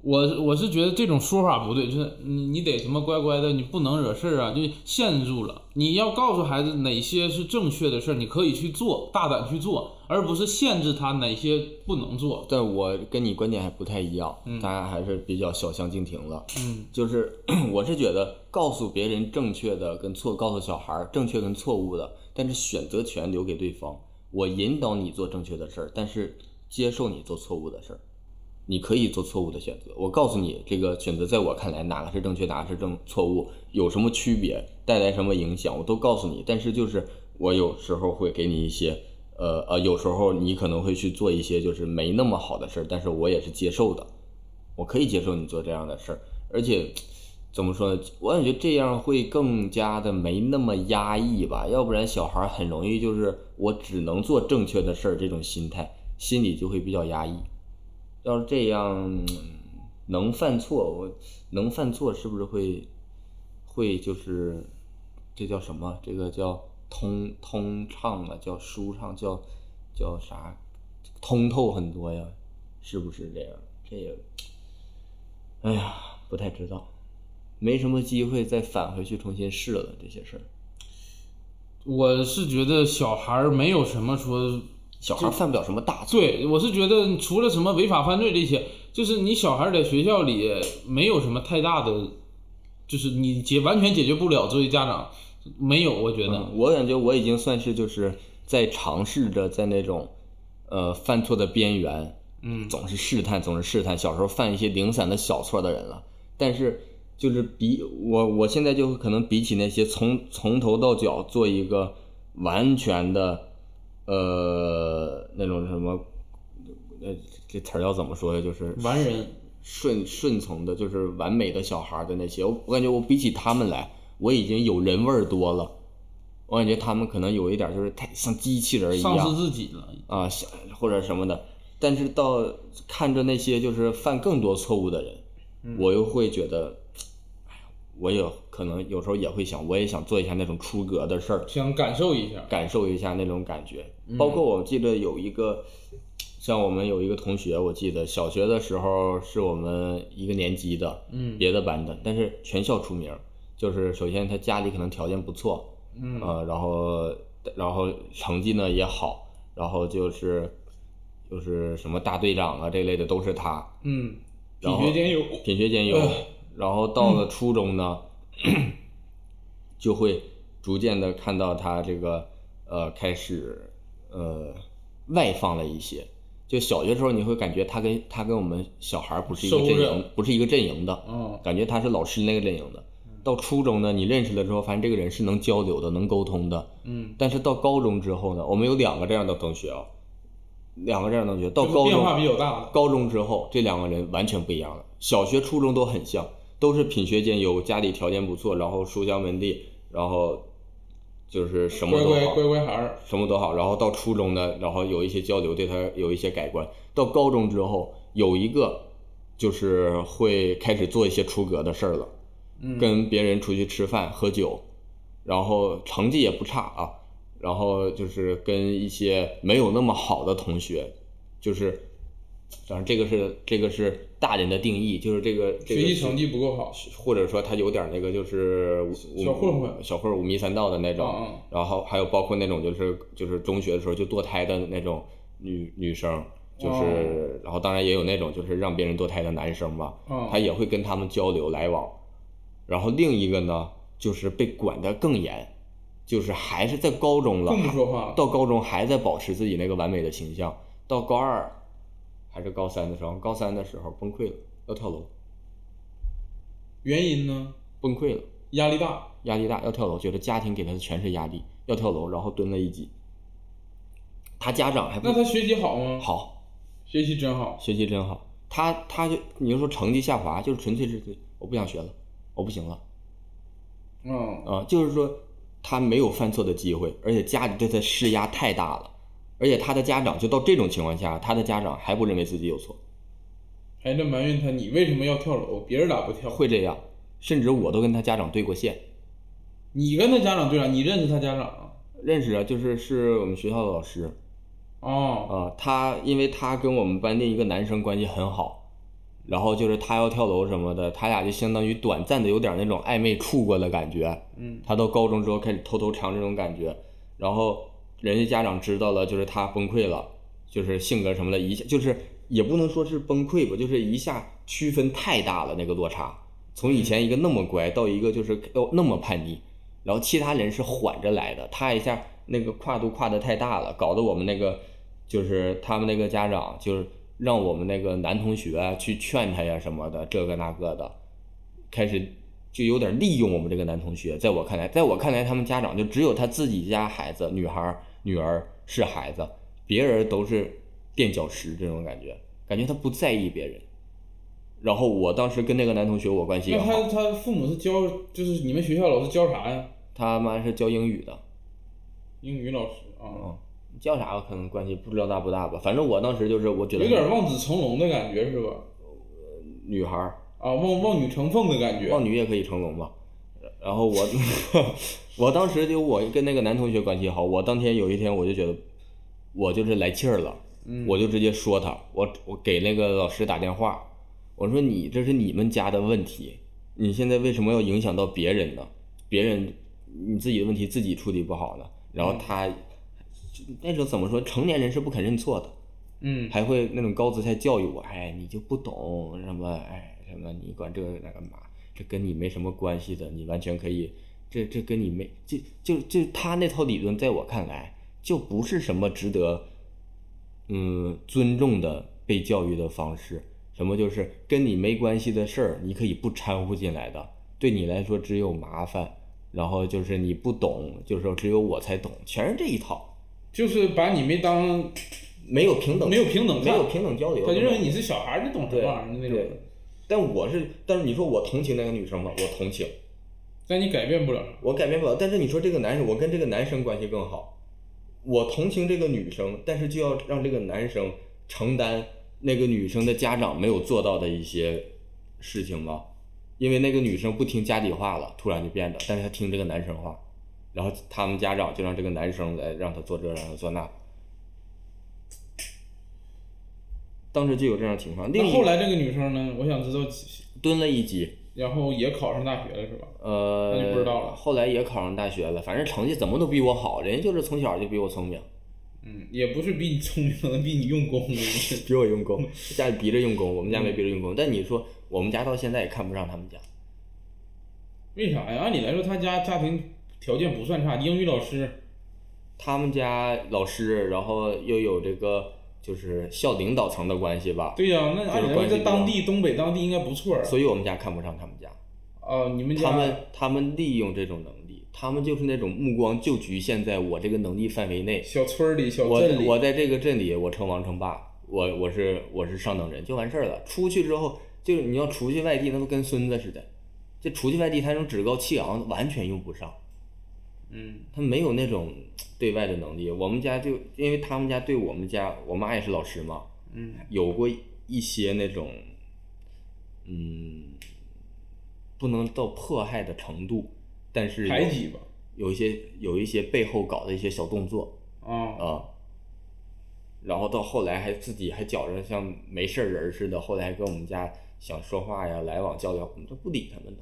我我是觉得这种说法不对，就是你你得什么乖乖的，你不能惹事儿啊，就限制住了。你要告诉孩子哪些是正确的事儿，你可以去做，大胆去做，而不是限制他哪些不能做。
但我跟你观点还不太一样，大家还是比较小相径庭了。嗯，就是 我是觉得告诉别人正确的跟错，告诉小孩儿正确跟错误的，但是选择权留给对方。我引导你做正确的事儿，但是接受你做错误的事儿。你可以做错误的选择，我告诉你，这个选择在我看来哪个是正确，哪个是正错误，有什么区别，带来什么影响，我都告诉你。但是就是我有时候会给你一些呃呃，有时候你可能会去做一些就是没那么好的事儿，但是我也是接受的，我可以接受你做这样的事儿，而且怎么说呢，我感觉这样会更加的没那么压抑吧，要不然小孩儿很容易就是我只能做正确的事儿这种心态，心里就会比较压抑。要是这样，嗯能犯错，我能犯错是不是会会就是这叫什么？这个叫通通畅啊，叫舒畅，叫叫啥？通透很多呀，是不是这样？这也，哎呀，不太知道，没什么机会再返回去重新试了这些事儿。
我是觉得小孩儿没有什么说
小孩儿犯不了什么大错，
对，我是觉得除了什么违法犯罪这些，就是你小孩在学校里没有什么太大的，就是你解完全解决不了，作为家长没有，我觉得。
嗯我感觉我已经算是就是在尝试着在那种呃犯错的边缘，
嗯
总是试探，总是试探，小时候犯一些零散的小错的人了。但是就是比我我现在就可能比起那些从从头到脚做一个完全的呃那种什么呃这词儿要怎么说呀？就是
完人
顺顺从的，就是完美的小孩儿的那些，我我感觉我比起他们来，我已经有人味儿多了。我感觉他们可能有一点儿就是太像机器人嗯一
丧失
样
自己了，
啊，像或者什么的。但是到看着那些就是犯更多错误的人，
嗯
我又会觉得，哎呀我有可能有时候也会想，我也想做一下那种出格的事儿，
想感受一下。
感受一下那种感觉。
嗯
包括我记得有一个，像我们有一个同学，我记得小学的时候是我们一个年级的，
嗯
别的班的，但是全校出名儿。就是首先他家里可能条件不错，
嗯
呃，然后然后成绩呢也好，然后就是就是什么大队长啊这类的都是他，
嗯，
然
品
后
学兼优。
品学兼优
哎。
然后到了初中呢，就会逐渐的看到他这个呃开始呃外放了一些。就小学时候，你会感觉他跟他跟我们小孩儿不是一个
收
阵营
着，
不是一个阵营的，
嗯
感觉他是老师那个阵营的。到初中呢，你认识了之后，发现这个人是能交流的，能沟通的。
嗯，
但是到高中之后呢，我们有两个这样的同学啊，两个这样的同学，到
就是
高中
变化比较大的。
高中之后，这两个人完全不一样了。小学、初中都很像，都是品学兼优，家里条件不错，然后书香门第，然后就是什
乖
么都好，
乖乖乖孩儿，
什么都好。然后到初中呢，然后有一些交流，对他有一些改观。到高中之后，有一个就是会开始做一些出格的事儿了，
嗯
跟别人出去吃饭喝酒，然后成绩也不差啊，然后就是跟一些没有那么好的同学，就是，当然这个是这个是大人的定义，就是这个这
学
个
习成绩不够好，
或者说他有点那个就是五
小混混
小混混五迷三道的那种，
嗯嗯
然后还有包括那种就是就是中学的时候就堕胎的那种女女生，就是、
哦
然后当然也有那种就是让别人堕胎的男生吧，
嗯
他也会跟他们交流来往。然后另一个呢，就是被管得更严，就是还是在高中了，
更不说话了。
到高中还在保持自己那个完美的形象，到高二还是高三的时候，高三的时候崩溃了，要跳楼，
原因呢？
崩溃了。
压力大，
压力大要跳楼，觉得家庭给他的全是压力，要跳楼，然后蹲了一级。他家长还不
那他学习好吗？，
好，
学习真好。
学习真好。他他就你就说成绩下滑，就是纯粹是我不想学了，我不行了
嗯，
啊、就是说他没有犯错的机会，而且家里对他施压太大了，而且他的家长就到这种情况下，他的家长还不认为自己有错，
还在埋怨他，你为什么要跳楼？别人咋不跳？
会这样，甚至我都跟他家长对过线，
你跟他家长对了，你认识他家长啊？
认识啊，就是是我们学校的老师，
哦，
啊，他因为他跟我们班另一个男生关系很好，然后就是他要跳楼什么的，他俩就相当于短暂的有点那种暧昧处过的感觉。
嗯，
他到高中之后开始偷偷尝这种感觉，然后人家家长知道了，就是他崩溃了，就是性格什么的，一下就是也不能说是崩溃吧，就是一下区分太大了那个落差，从以前一个那么乖到一个就是哦那么叛逆，然后其他人是缓着来的，他一下那个跨度跨的太大了，搞得我们那个就是他们那个家长就是让我们那个男同学去劝他呀什么的，这个那个的，开始就有点利用我们这个男同学。在我看来，在我看来，他们家长就只有他自己家孩子，女孩儿女儿是孩子，别人都是垫脚石这种感觉，感觉他不在意别人。然后我当时跟那个男同学我关系也
那他
好，
他父母是教，就是你们学校老师教啥呀？
他妈是教英语的，
英语老师啊，
嗯，教啥我可能关系不知道大不大吧，反正我当时就是我觉得
有点望子成龙的感觉是吧？
女孩儿
啊，望望女成凤的感觉。
望女也可以成龙吧。然后我， 我当时就我跟那个男同学关系好，我当天有一天我就觉得，我就是来气儿了，
嗯
我就直接说他，我我给那个老师打电话，我说你这是你们家的问题，你现在为什么要影响到别人呢？别人你自己的问题自己处理不好呢？然
嗯
后他、那时候怎么说，成年人是不肯认错的，
嗯，
还会那种高姿态教育我，哎，你就不懂什么，哎，什么你管这个那干嘛？这跟你没什么关系的，你完全可以，这这跟你没就就就他那套理论，在我看来就不是什么值得，嗯，尊重的被教育的方式。什么就是跟你没关系的事儿，你可以不掺和进来的，对你来说只有麻烦。然后就是你不懂，就是说只有我才懂，全是这一套，
就是把你没当，
没有平等，
没有平等
没有
看
平等交流，
他就
对吧
认为你是小孩儿，你懂什么
对
玩意儿的那种
对。但我是，但是你说我同情那个女生吧，我同情，
但你改变不了。
我改变不了。但是你说这个男生，我跟这个男生关系更好，我同情这个女生，但是就要让这个男生承担那个女生的家长没有做到的一些事情吗？因为那个女生不听家里话了，突然就变了，但是她听这个男生话，然后他们家长就让这个男生来让他做这，让他做那。当时就有这样的情况，另
那
一
后来这个女生呢？我想知道，
蹲了一级，
然后也考上大学了是吧？
呃，
那就不知道了
后来也考上大学了，反正成绩怎么都比我好，人家就是从小就比我 聪明，
嗯，也不是比你聪明，可能比你用功。
比我用功，家里逼着用功，我们家
嗯
没逼着用功。但你说我们家到现在也看不上他们家，
为啥呀？按理来说，他家家庭条件不算差，英语老师，
他们家老师，然后又有这个就是校领导层的关系吧，
对呀、那按理来说
关系
在
比较
当地东北当地应该不错啊。
所以我们家看不上他们家。
啊、你们家
他们他们利用这种能力，他们就是那种目光就局限在我这个能力范围内，
小村儿里、小
我
镇里，
我在这个镇里，我称王称霸，我我是我是上等人，就完事儿了。出去之后，就是你要出去外地，那都跟孙子似的。这出去外地，他那种趾高气昂完全用不上，
嗯，
他没有那种对外的能力。我们家就因为他们家对我们家，我妈也是老师嘛，
嗯，
有过一些那种嗯，不能到迫害的程度，但是有
排挤吧。
有一些有一些背后搞的一些小动作
啊、
啊、然后到后来还自己还觉着像没事儿人儿似的，后来还跟我们家想说话呀、来往交流，我们都不理他们的，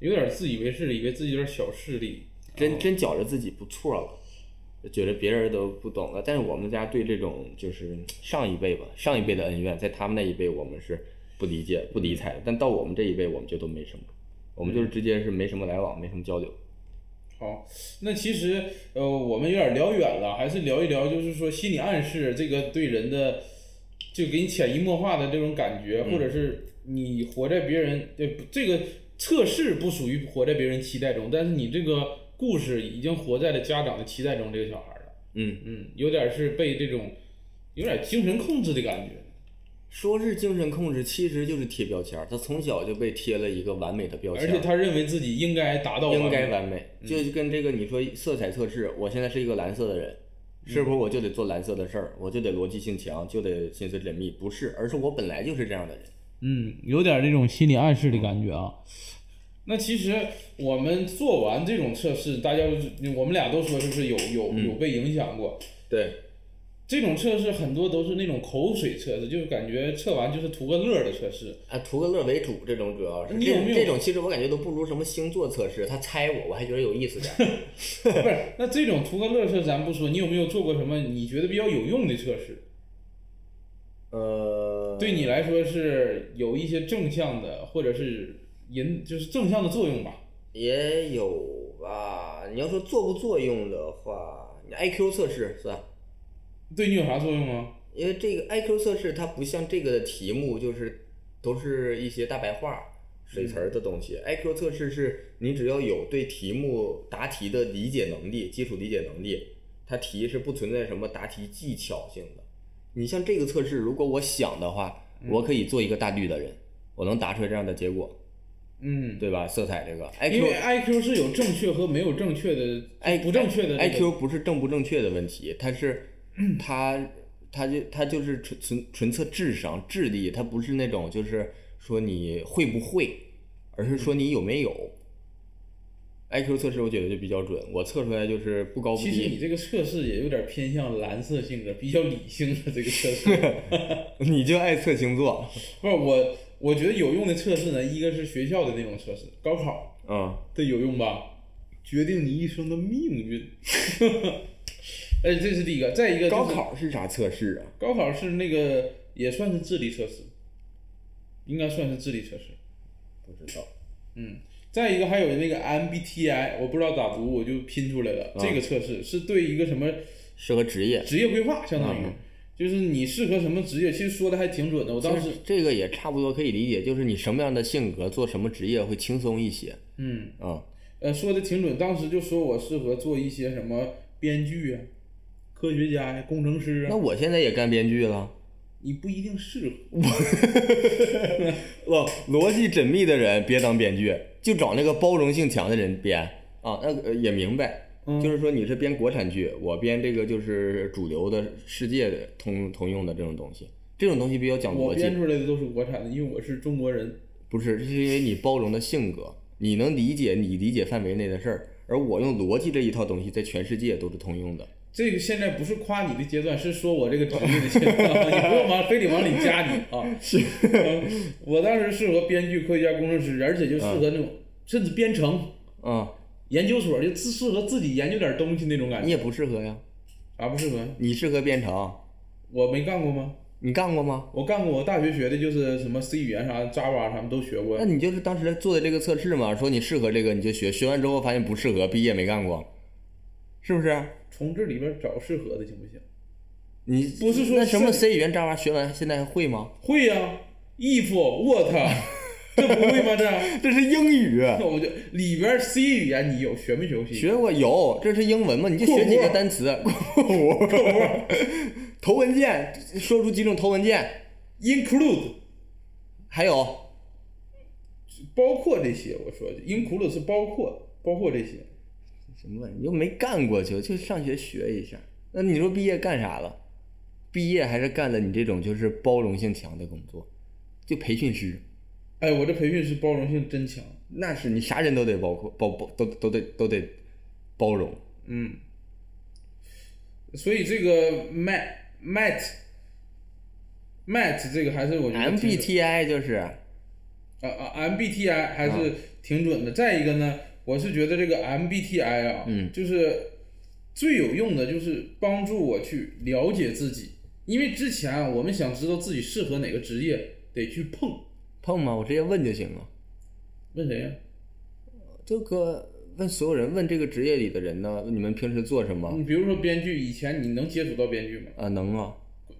有点自以为是，以为自己有点小势力。
真真觉着自己不错了。就觉得别人都不懂了，但是我们家对这种就是上一辈吧，上一辈的恩怨，在他们那一辈我们是不理解、不理睬的，但到我们这一辈我们就都没什么，我们就是直接是没什么来往，没什么交流。
好，那其实呃，我们有点聊远了，还是聊一聊，就是说心理暗示这个对人的，就给你潜移默化的这种感觉，或
嗯
者是你活在别人呃不这个测试不属于活在别人期待中，但是你这个故事已经活在了家长的期待中，这个小孩儿了，
嗯，
嗯，有点是被这种有点精神控制的感觉，
说是精神控制，其实就是贴标签儿。他从小就被贴了一个完美的标
而
签
且
儿，
他认为自己应该达到
应该
完美嗯
完美。就跟这个你说色彩测试，我现在是一个蓝色的人，
嗯
是不是我就得做蓝色的事儿，我就得逻辑性强，就得心思缜密？不是，而是我本来就是这样的人。
嗯，有点那种心理暗示的感觉啊。那其实我们做完这种测试，大家就是我们俩都说就是有有有被影响过。
对，
这种测试很多都是那种口水测试，就是感觉测完就是图个乐儿的测 试。
啊，图个乐为主，这种主要是
你有
这
没有
这种，其实我感觉都不如什么星座测试，他猜我，我还觉得有意思点儿。
不是，那这种图个乐儿测试咱不说，你有没有做过什么你觉得比较有用的测试？
呃，
对你来说是有一些正向的，或者是引就是正向的作用吧？
也有吧。你要说作不作用的话，你 IQ 测试是吧？
对你有啥作用吗？
因为这个 IQ 测试它不像这个的题目，就是都是一些大白话、
嗯
水词儿的东西。IQ 测试是你只要有对题目答题的理解能力、基础理解能力，它题是不存在什么答题技巧性的。你像这个测试，如果我想的话，我可以做一个大绿的人，我能答出来这样的结果，
嗯，
对吧？色彩这个
因为
IQ。
IQ 是有正确和没有正确的，
哎 I
不正确的这个嗯
IQ 不是正不正确的问题，它是它它就它就是纯纯纯测智商智力，它不是那种就是说你会不会，而是说你有没有。IQ 测试我觉得就比较准，我测出来就是不高不
其实你
低。
这个测试也有点偏向蓝色性格，比较理性的这个测 试。
你就爱测星座，
不是我，我觉得有用的测试呢，一个是学校的那种测试，高考
嗯，
这有用吧？决定你一生的命运。 哎，这是第一个，再一个、
高，考是啥测试啊？
高考是那个也算是智力测试，应该算是智力测试。
不知道。
嗯，再一个还有那个 MBTI，我不知道咋读，我就拼出来了。这个测试是对一个什么？
适合职业。
职业规划，相
啊
当于、就是你适合什么职业，其实说的还挺准的。我当
其
时
实，这个也差不多可以理解，就是你什么样的性格做什么职业会轻松一些
嗯，
啊、
呃，说的挺准，当时就说我适合做一些什么编剧啊、科学家呀、工程师
那
啊，
我现在也干编剧了。
你不一定适合。
哦，逻辑缜密的人别当编剧，就找那个包容性强的人编啊。那个呃也明白，
嗯
就是说你是编国产剧，我编这个就是主流的世界的通通用的这种东西，这种东西比较讲
我
逻
编
辑。
出来的都是国产的，因为我是中国人。
不是，这是因为你包容的性格，你能理解你理解范围内的事儿，而我用逻辑这一套东西在全世界都是通用的。
这个现在不是夸你的阶段，是说我这个职业的阶段， 你不用往非得往里加你 啊。是、我当时适合编剧、科学家、工程师，而且就适合那种、甚至编程
啊、
研究所，就自适合自己研究点东西那种感
你
觉。
也不适合呀，
啥不适合？
你适合编程，
我没干过吗？
你干过吗？
我干过，我大学学的就是什么 C 语言啥、Java 啥都学过
那。你就是当时做的这个测试嘛，说你适合这个你就学，学完之后发现不适合，毕业没干过，是不是？
从这里边找适合的行不行？
你
不是说
那什么
是
C 语言 Java 学完现在还会吗？
会呀、if、what，这不会吗？这，
这是英语，
那 我就里边 C 语言你有学没学过 C？
学过有，这是英文嘛？你就学几个单词，括弧， 头文件，说出几种头文件，
include
还有
包括这些，我说 include 是包括包括这些。
什么玩意儿？你又没干过就就上学学一下。那你说毕业干啥了？毕业还是干了你这种就是包容性强的工作，就培训师，
哎，我这培训师包容性真强。
那是你啥人都得包括包包都都得都得包容。
嗯，所以这个 Mat Mat Mat 这个还是我觉得挺
MBTI 就是
啊啊 MBTI 还是挺准的。再一个呢，我是觉得这个 MBTI 啊，
嗯
就是最有用的就是帮助我去了解自己，因为之前啊，我们想知道自己适合哪个职业，得去碰，
碰吗？我直接问就行了。
问谁呀、
这个问所有人，问这个职业里的人呢，你们平时做什么？
你比如说编剧，以前你能接触到编剧吗？
啊，能啊。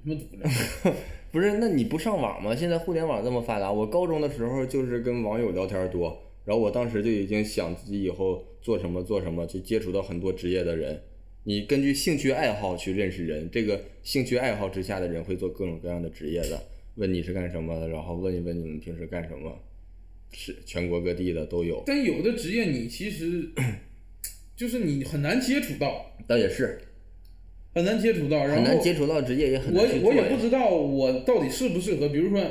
滚他妈犊子！
不是，那你不上网吗？现在互联网这么发达，我高中的时候就是跟网友聊天多，然后我当时就已经想自己以后做什么做什么，就接触到很多职业的人。你根据兴趣爱好去认识人，这个兴趣爱好之下的人会做各种各样的职业的。问你是干什么的，然后问一问你们平时干什么，是全国各地的都有。
但有的职业你其实就是你很难接触到，
倒也是
很难接触到，然后
很难接触到职业，也很
我
难去
我
做
也
呀。
不知道我到底适不适合。比如说，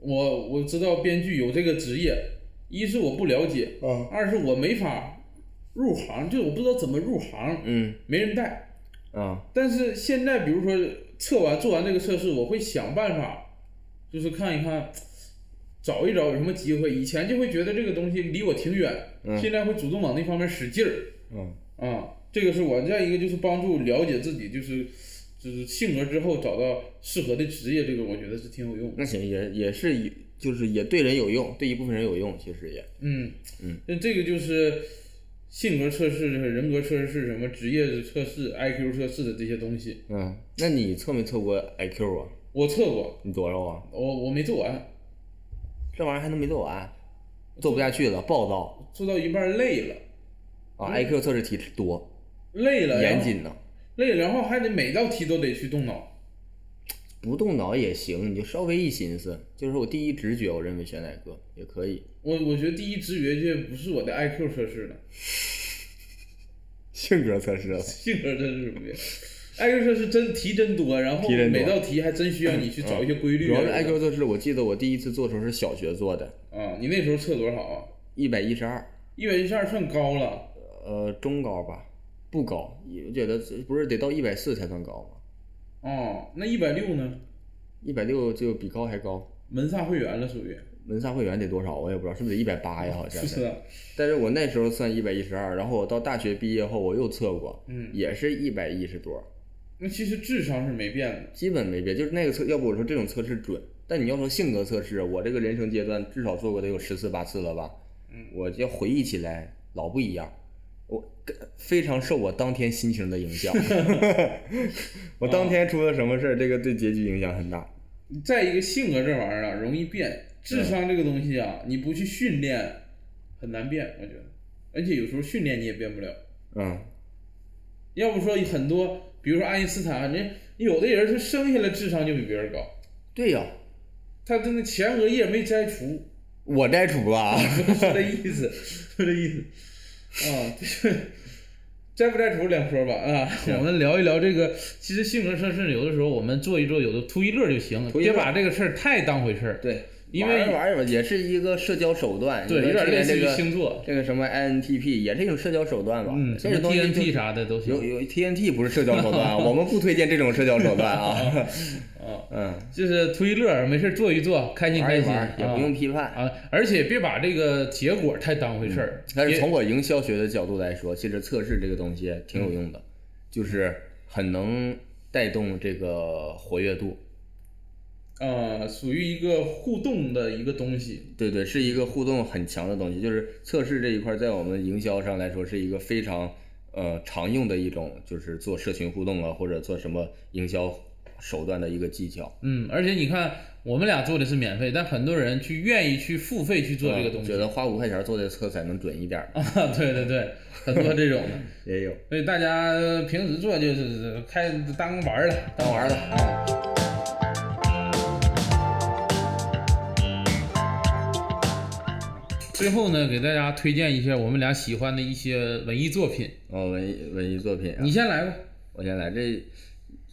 我我知道编剧有这个职业，一是我不了解，
嗯
二是我没法入行，就是我不知道怎么入行，
嗯
没人带。
啊
但是现在，比如说测完做完这个测试，我会想办法，就是看一看，找一找有什么机会。以前就会觉得这个东西离我挺远，
嗯
现在会主动往那方面使劲儿。
嗯
啊，这个是我再一个就是帮助了解自己，就是就是性格之后找到适合的职业，这个我觉得是挺有用的。
那行也也是以就是也对人有用，对一部分人有用，其实也
嗯
嗯，
那这个就是性格测试、人格测试、什么职业测试、IQ 测试的这些东西，
嗯。那你测没测过 IQ 啊？
我测过，
你多少啊？
我我没做完，
这玩意儿还能没做完，做不下去了，暴躁
做到一半累了，
啊！IQ 测试题多，
累了，然
严
后
谨呢，
累了，然后还得每道题都得去动脑。
不动脑也行，你就稍微一寻思，就是我第一直觉，我认为选哪个也可以。
我我觉得第一直觉就不是我的 IQ 测试了，
性格测试了，
性格真是不 一样。艾克说是真题真多，然后
题真多嗯
每道题还真需要你去找一些规律
主
啊。
要是 IQ 测试，我记得我第一次做的时候是小学做的，
啊，你那时候测多少啊？
一百一十二，
一百一十二算高了，
呃，中高吧，不高，我觉得不是得到一百四才算高吗？
哦，那一百六呢？
一百六就比高还高。
门萨会员了属于，
门萨会员得多少我也不知道，是不是得一百八呀？好像
是不是啊？
但是我那时候算一百一十二，然后我到大学毕业后我又测过，
嗯
也是一百一十多，
那其实智商是没变的。
基本没变。就是那个测，要不我说这种测试准，但你要说性格测试，我这个人生阶段至少做过得有十次八次了吧？
嗯
我要回忆起来老不一样，我跟非常受我当天心情的 影响。 我当天出了什么事儿，这个对结局影响很大。
再一个性格这玩意儿啊，容易变，智商这个东西啊，你不去训练，很难变，我觉得。而且有时候训练你也变不了。
嗯，
要不说很多，比如说爱因斯坦，人有的人是生下来智商就比别人高，
对呀、
他真的前额叶没摘除，
我摘除啊。
说这意思， 说这意思，啊， 就是摘不摘除两说吧啊。我们聊一聊这个，其实性格测试有的时候我们做一做，有的图一乐就行了，
图一
别
乐
把这个事儿太当回事儿。
对，
因为
玩儿玩儿吧，也是一个社交手段，
对，
你
有
说
点类似
这
于
个
星座，
这个什么 INTP 也是一种社交手段吧？
嗯，什么
这个东西就
TNT 啥的都
有
行。
有 TNT 不是社交 手段啊，我们不推荐这种社交手段 啊。
啊，
嗯，
就是图一乐，没事儿做一做，开心
玩
开
一
心，
玩也不用
啊
批判。
啊，而且别把这个结果太当回事儿。
但嗯是
别
从我营销学的角度来说，其实测试这个东西挺有用
嗯
的，就是很能带动这个活跃度。
呃，属于一个互动的一个东西。
对对，是一个互动很强的东西，就是测试这一块，在我们营销上来说是一个非常呃常用的一种，就是做社群互动啊，或者做什么营销手段的一个技巧。
嗯，而且你看，我们俩做的是免费，但很多人去愿意去付费去做这个东
嗯
西。
觉得花五块钱做这测才能准一点儿，
啊，对对对，很多这种的，
也有
所以大家平时做就是开当玩儿了，当
当玩儿了。
最后呢，给大家推荐一下我们俩喜欢的一些文艺作品。
哦，文艺文艺作品、啊，
你先来吧。
我先来这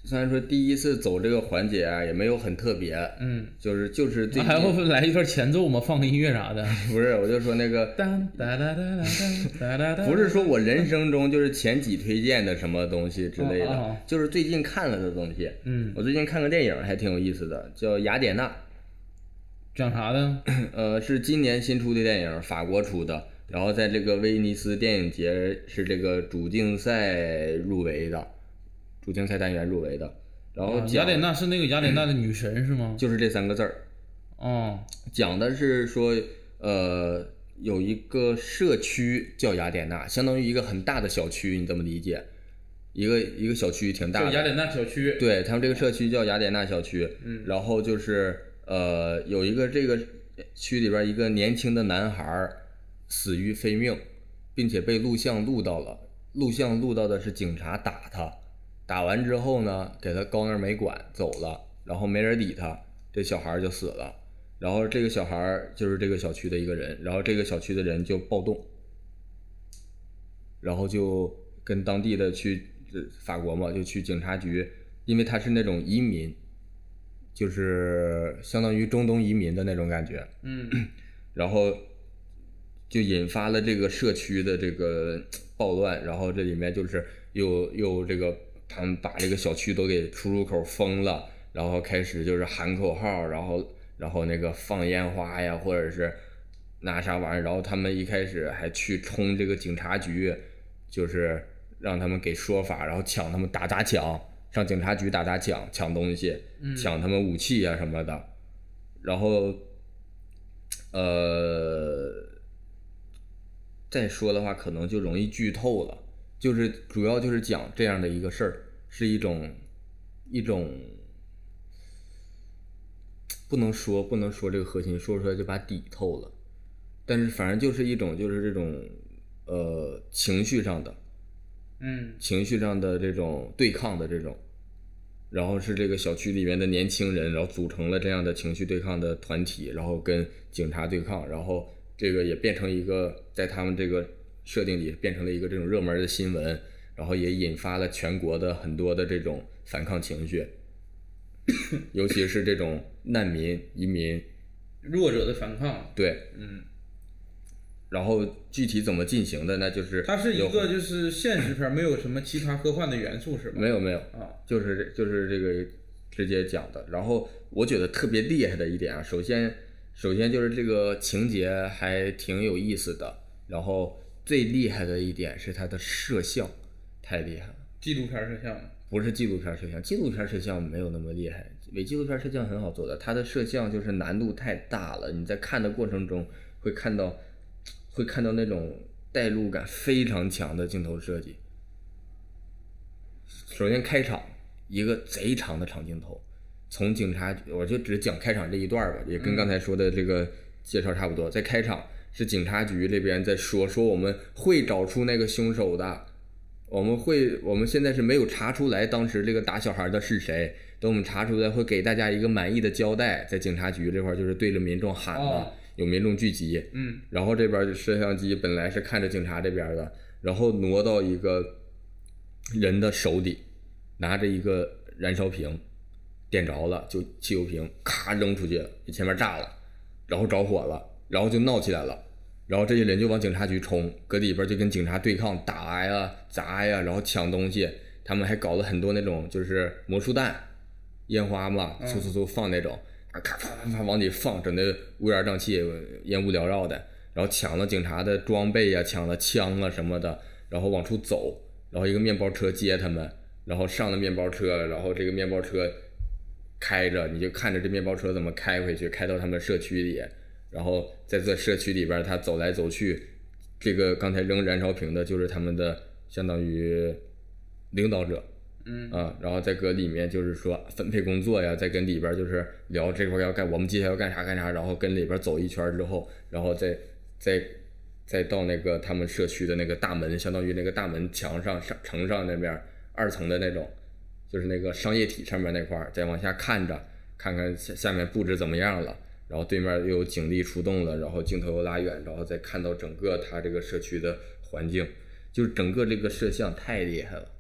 虽然说第一次走这个环节啊，也没有很特别，
嗯，
就是就是最
还
近
会来一段前奏吗？放个音乐啥的。
不是，我就说那个
当哒哒哒哒哒哒哒
不是说我人生中就是前几推荐的什么东西之类
哦哦哦
的，就是最近看了的东西。
嗯，
我最近看个电影还挺有意思的，叫《雅 典娜
讲啥的？》，
呃，是今年新出的电影，法国出的，然后在这个威尼斯电影节是这个主竞赛入围的，主竞赛单元入围的。然后
啊雅
哦讲
典娜是那个雅典娜的女神是吗？
就是这三个字儿，
哦，
讲的是说，呃，有一个社区叫雅典娜，相当于一个很大的小区，你这么理解？一个一个小区挺大
叫
的，
雅典娜小区。
对他们这个社区叫雅典娜小区，
嗯
然后就是呃，有一个这个区里边一个年轻的男孩儿死于非命，并且被录像录到了，录像录到的是警察打他，打完之后呢，给他告那儿没管走了，然后没人理他，这小孩儿就死了。然后这个小孩儿就是这个小区的一个人，然后这个小区的人就暴动，然后就跟当地的去呃法国嘛，就去警察局，因为他是那种移民，就是相当于中东移民的那种感觉，
嗯，
然后就引发了这个社区的这个暴乱，然后这里面就是又又这个他们把这个小区都给出入口封了，然后开始就是喊口号，然后然后那个放烟花呀，或者是拿啥玩意儿，然后他们一开始还去冲这个警察局，就是让他们给说法，然后抢他们打砸抢，上警察局打砸抢，抢东西，抢他们武器啊什么的，然后呃，再说的话可能就容易剧透了。就是主要就是讲这样的一个事儿，是一种一种不能说不能说这个核心，说出来就把底透了。但是反正就是一种就是这种呃情绪上的
嗯，
情绪上的这种对抗的这种，然后是这个小区里面的年轻人，然后组成了这样的情绪对抗的团体，然后跟警察对抗，然后这个也变成一个在他们这个设定里变成了一个这种热门的新闻，然后也引发了全国的很多的这种反抗情绪，尤其是这种难民、移民，
弱者的反抗。
对，
嗯，
然后具体怎么进行的，那就是
它是一
有
个就是现实片，没有什么其他科幻的元素是吧？
没有没有，
啊，
就是就是这个直接讲的。然后我觉得特别厉害的一点啊，首先首先就是这个情节还挺有意思的，然后最厉害的一点是它的摄像太厉害了，
纪录片摄像。
不是纪录片摄像，纪录片摄像没有那么厉害，伪纪录片摄像很好做的，它的摄像就是难度太大了，你在看的过程中会看到会看到那种代入感非常强的镜头设计。首先开场一个贼长的长镜头，从警察局，我就只讲开场这一段儿吧，也跟刚才说的这个介绍差不多。在开场是警察局这边在说，说我们会找出那个凶手的，我们会，我们现在是没有查出来当时这个打小孩的是谁，等我们查出来会给大家一个满意的交代。在警察局这块儿就是对着民众喊
哦
了，有民众聚集，
嗯
然后这边就摄像机本来是看着警察这边的，然后挪到一个人的手里，拿着一个燃烧瓶，点着了就汽油瓶，咔扔出去了，前面炸了，然后着火了，然后就闹起来了。然后这些人就往警察局冲，搁里边就跟警察对抗，打呀、砸呀，然后抢东西。他们还搞了很多那种就是魔术弹、烟花嘛，嗖嗖嗖放那种，啊咔啪啪啪往里放，整的乌烟瘴气、烟雾缭绕的。然后抢了警察的装备呀、抢了枪啊什么的，然后往出走。然后一个面包车接他们，然后上了面包车，然后这个面包车开着，你就看着这面包车怎么开回去，开到他们社区里，然后在这社区里边儿他走来走去，这个刚才扔燃烧瓶的就是他们的相当于领导者，
嗯
啊，然后再搁里面就是说分配工作呀，再跟里边儿就是聊这块儿要干，我们接下来要干啥干啥，然后跟里边儿走一圈儿之后，然后再再再到那个他们社区的那个大门，相当于那个大门墙上上城上那边儿二层的那种，就是那个商业体上面那块儿，再往下看着，看看下下面布置怎么样了。然后对面又有警力出动了，然后镜头又拉远，然后再看到整个他这个社区的环境，就是整个这个摄像太厉害了。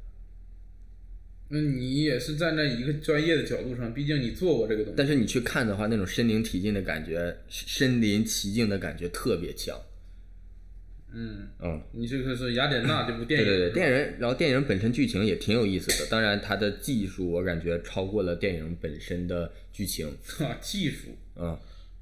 那你也是站在一个专业的角度上，毕竟你做过这个东西。
但是你去看的话，那种身临其境的感觉，身临其境的感觉特别强。
嗯，
嗯，
你这个是《雅典娜》这部电
对
影，
对对，电影，然后电影本身剧情也挺有意思的，当然它的技术我感觉超过了电影本身的剧情。
啊，技术，
嗯，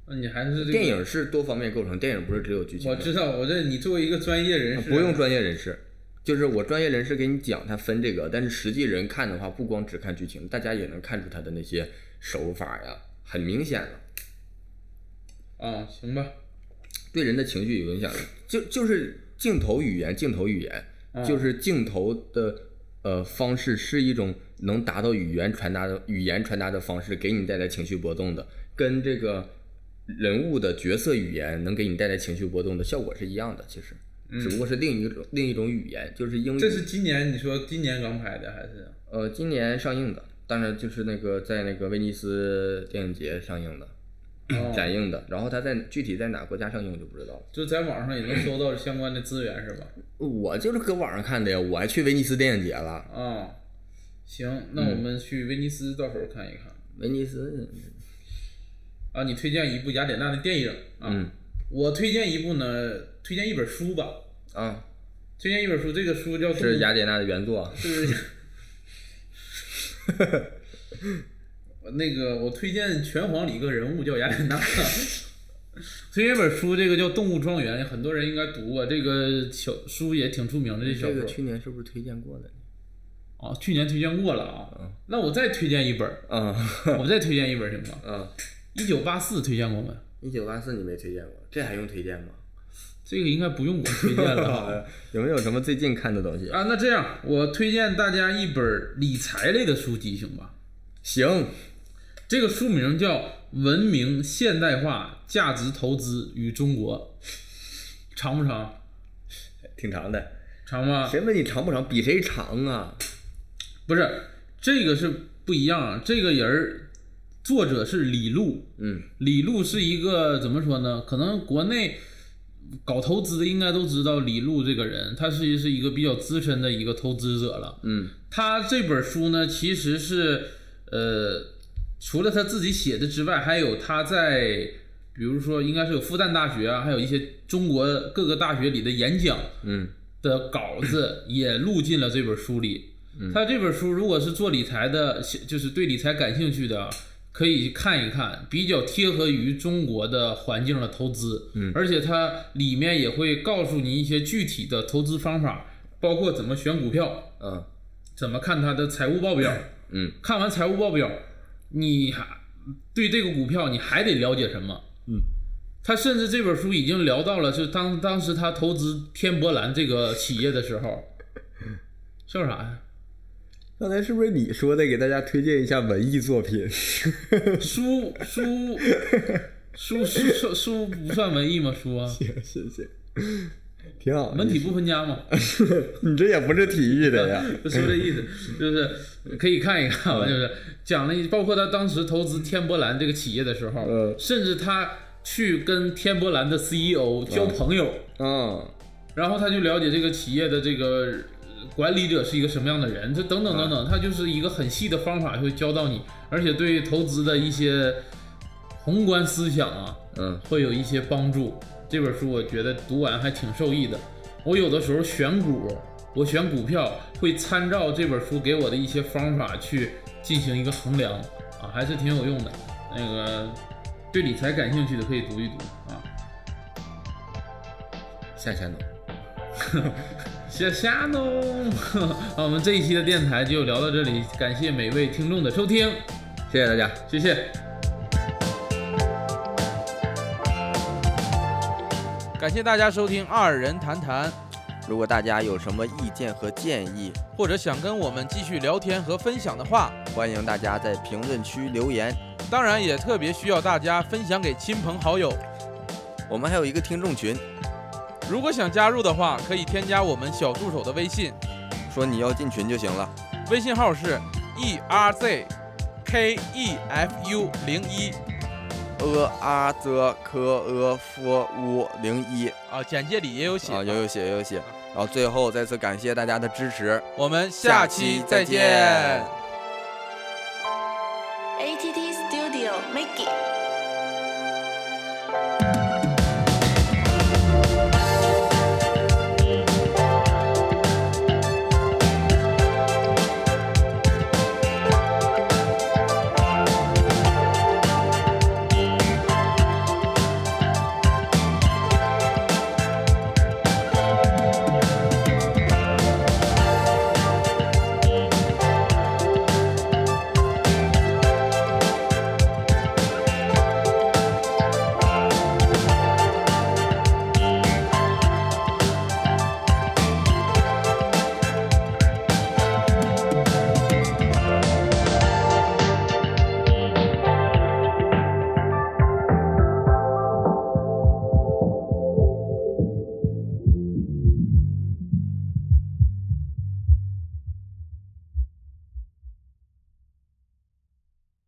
那你还是这个
电。影是多方面构成，电影不是只有剧情
我
的。啊
知道，我这你作为一个专业人士，啊
不用专业人士，就是我专业人士给你讲，他分这个，但是实际人看的话，不光只看剧情，大家也能看出他的那些手法呀，很明显了，
啊，行吧，
对人的情绪有影响。就就是镜头语言，镜头语言，
嗯
就是镜头的呃方式是一种能达到语言传达的语言传达的方式，给你带来情绪波动的，跟这个。人物的角色语言能给你带来情绪波动的效果是一样的，其实，只不过是另一种另一种语言，嗯就是英语。
这是今年你说今年刚拍的还是？
呃，今年上映的，当然就是那个在那个威尼斯电影节上映的、
哦
展映的，然后它在具体在哪国家上映我就不知道了。
就在网上也能搜到相关的资源是吧？
我就是搁网上看的呀，我还去威尼斯电影节了。
啊，行，那我
嗯
们去威尼斯到时候看一看。
威尼斯，
啊，你推荐一部雅典娜的电影啊？
嗯
我推荐一部呢，推荐一本书吧。
啊，
推荐一本书，这个书叫《
是雅典娜的原作，
就是 那个，我推荐拳皇里一个人物叫雅典娜。推荐一本书，这个叫《动物庄园》，很多人应该读过。这个小书也挺出名的，这小
这
说
个去年是不是推荐过的？
啊，去年推荐过了
嗯
啊。那我再推荐一 本儿，
啊
我再推荐一本儿行吗？
啊，
一九八四推荐过吗？
一九八四你没推荐过，这还用推荐吗？
这个应该不用我推荐了啊。
有没有什么最近看的东西？
啊，那这样我推荐大家一本理财类的书籍，行吧？
行，
这个书名叫《文明现代化价值投资与中国》，长不长？
挺长的。
长吗？
谁问你长不长？比谁长啊？
不是，这个是不一样啊。这个人儿，作者是李路，
嗯，
李路是一个怎么说呢？可能国内搞投资的应该都知道李路这个人，他是是一个比较资深的一个投资者了。
嗯，
他这本书呢，其实是呃，除了他自己写的之外，还有他在比如说应该是有复旦大学啊，还有一些中国各个大学里的演讲，
嗯，
的稿子也录进了这本书里。他这本书如果是做理财的，就是对理财感兴趣的啊，可以看一看，比较贴合于中国的环境的投资。嗯，而且它里面也会告诉你一些具体的投资方法，包括怎么选股票，
嗯
怎么看它的财务报表。
嗯，
看完财务报表，你还对这个股票你还得了解什么？
嗯，
他甚至这本书已经聊到了，就当当时他投资天博蓝这个企业的时 候，笑啥呀？
刚才是不是你说的？给大家推荐一下文艺作品。
书书书书书书不算文艺吗？书啊，
谢谢，挺好。
文体不分家嘛，
你这也不是体育的呀？
就说这意思，就是可以看一看啊，就是讲了一，包括他当时投资天博蓝这个企业的时候，
嗯
甚至他去跟天博蓝的 CEO 交朋友。
嗯
然后他就了解这个企业的这个呃管理者是一个什么样的人，这等等等等，他就是一个很细的方法会教到你，而且对投资的一些宏观思想啊，
嗯，
会有一些帮助。这本书我觉得读完还挺受益的。我有的时候选股，我选股票会参照这本书给我的一些方法去进行一个衡量啊，还是挺有用的。那个对理财感兴趣的可以读一读啊。
下下农，
小虾弄， 好，我们这一期的电台就聊到这里，感谢每位听众的收听，
谢谢大家。
谢谢。
感谢大家收听《二人谈谈》，
如果大家有什么意见和建议，
或者想跟我们继续聊天和分享的话，
欢迎大家在评论区留言。
当然也特别需要大家分享给亲朋好友。
我们还有一个听众群，
如果想加入的话，可以添加我们小助手的微信，
说你要进群就行了。
微信号是 e r z k e f u 零一
呃啊则科呃夫乌零一
啊，简介里也有写。
啊，有有写有有写。然后最后再次感谢大家的支持，
我们下期再见。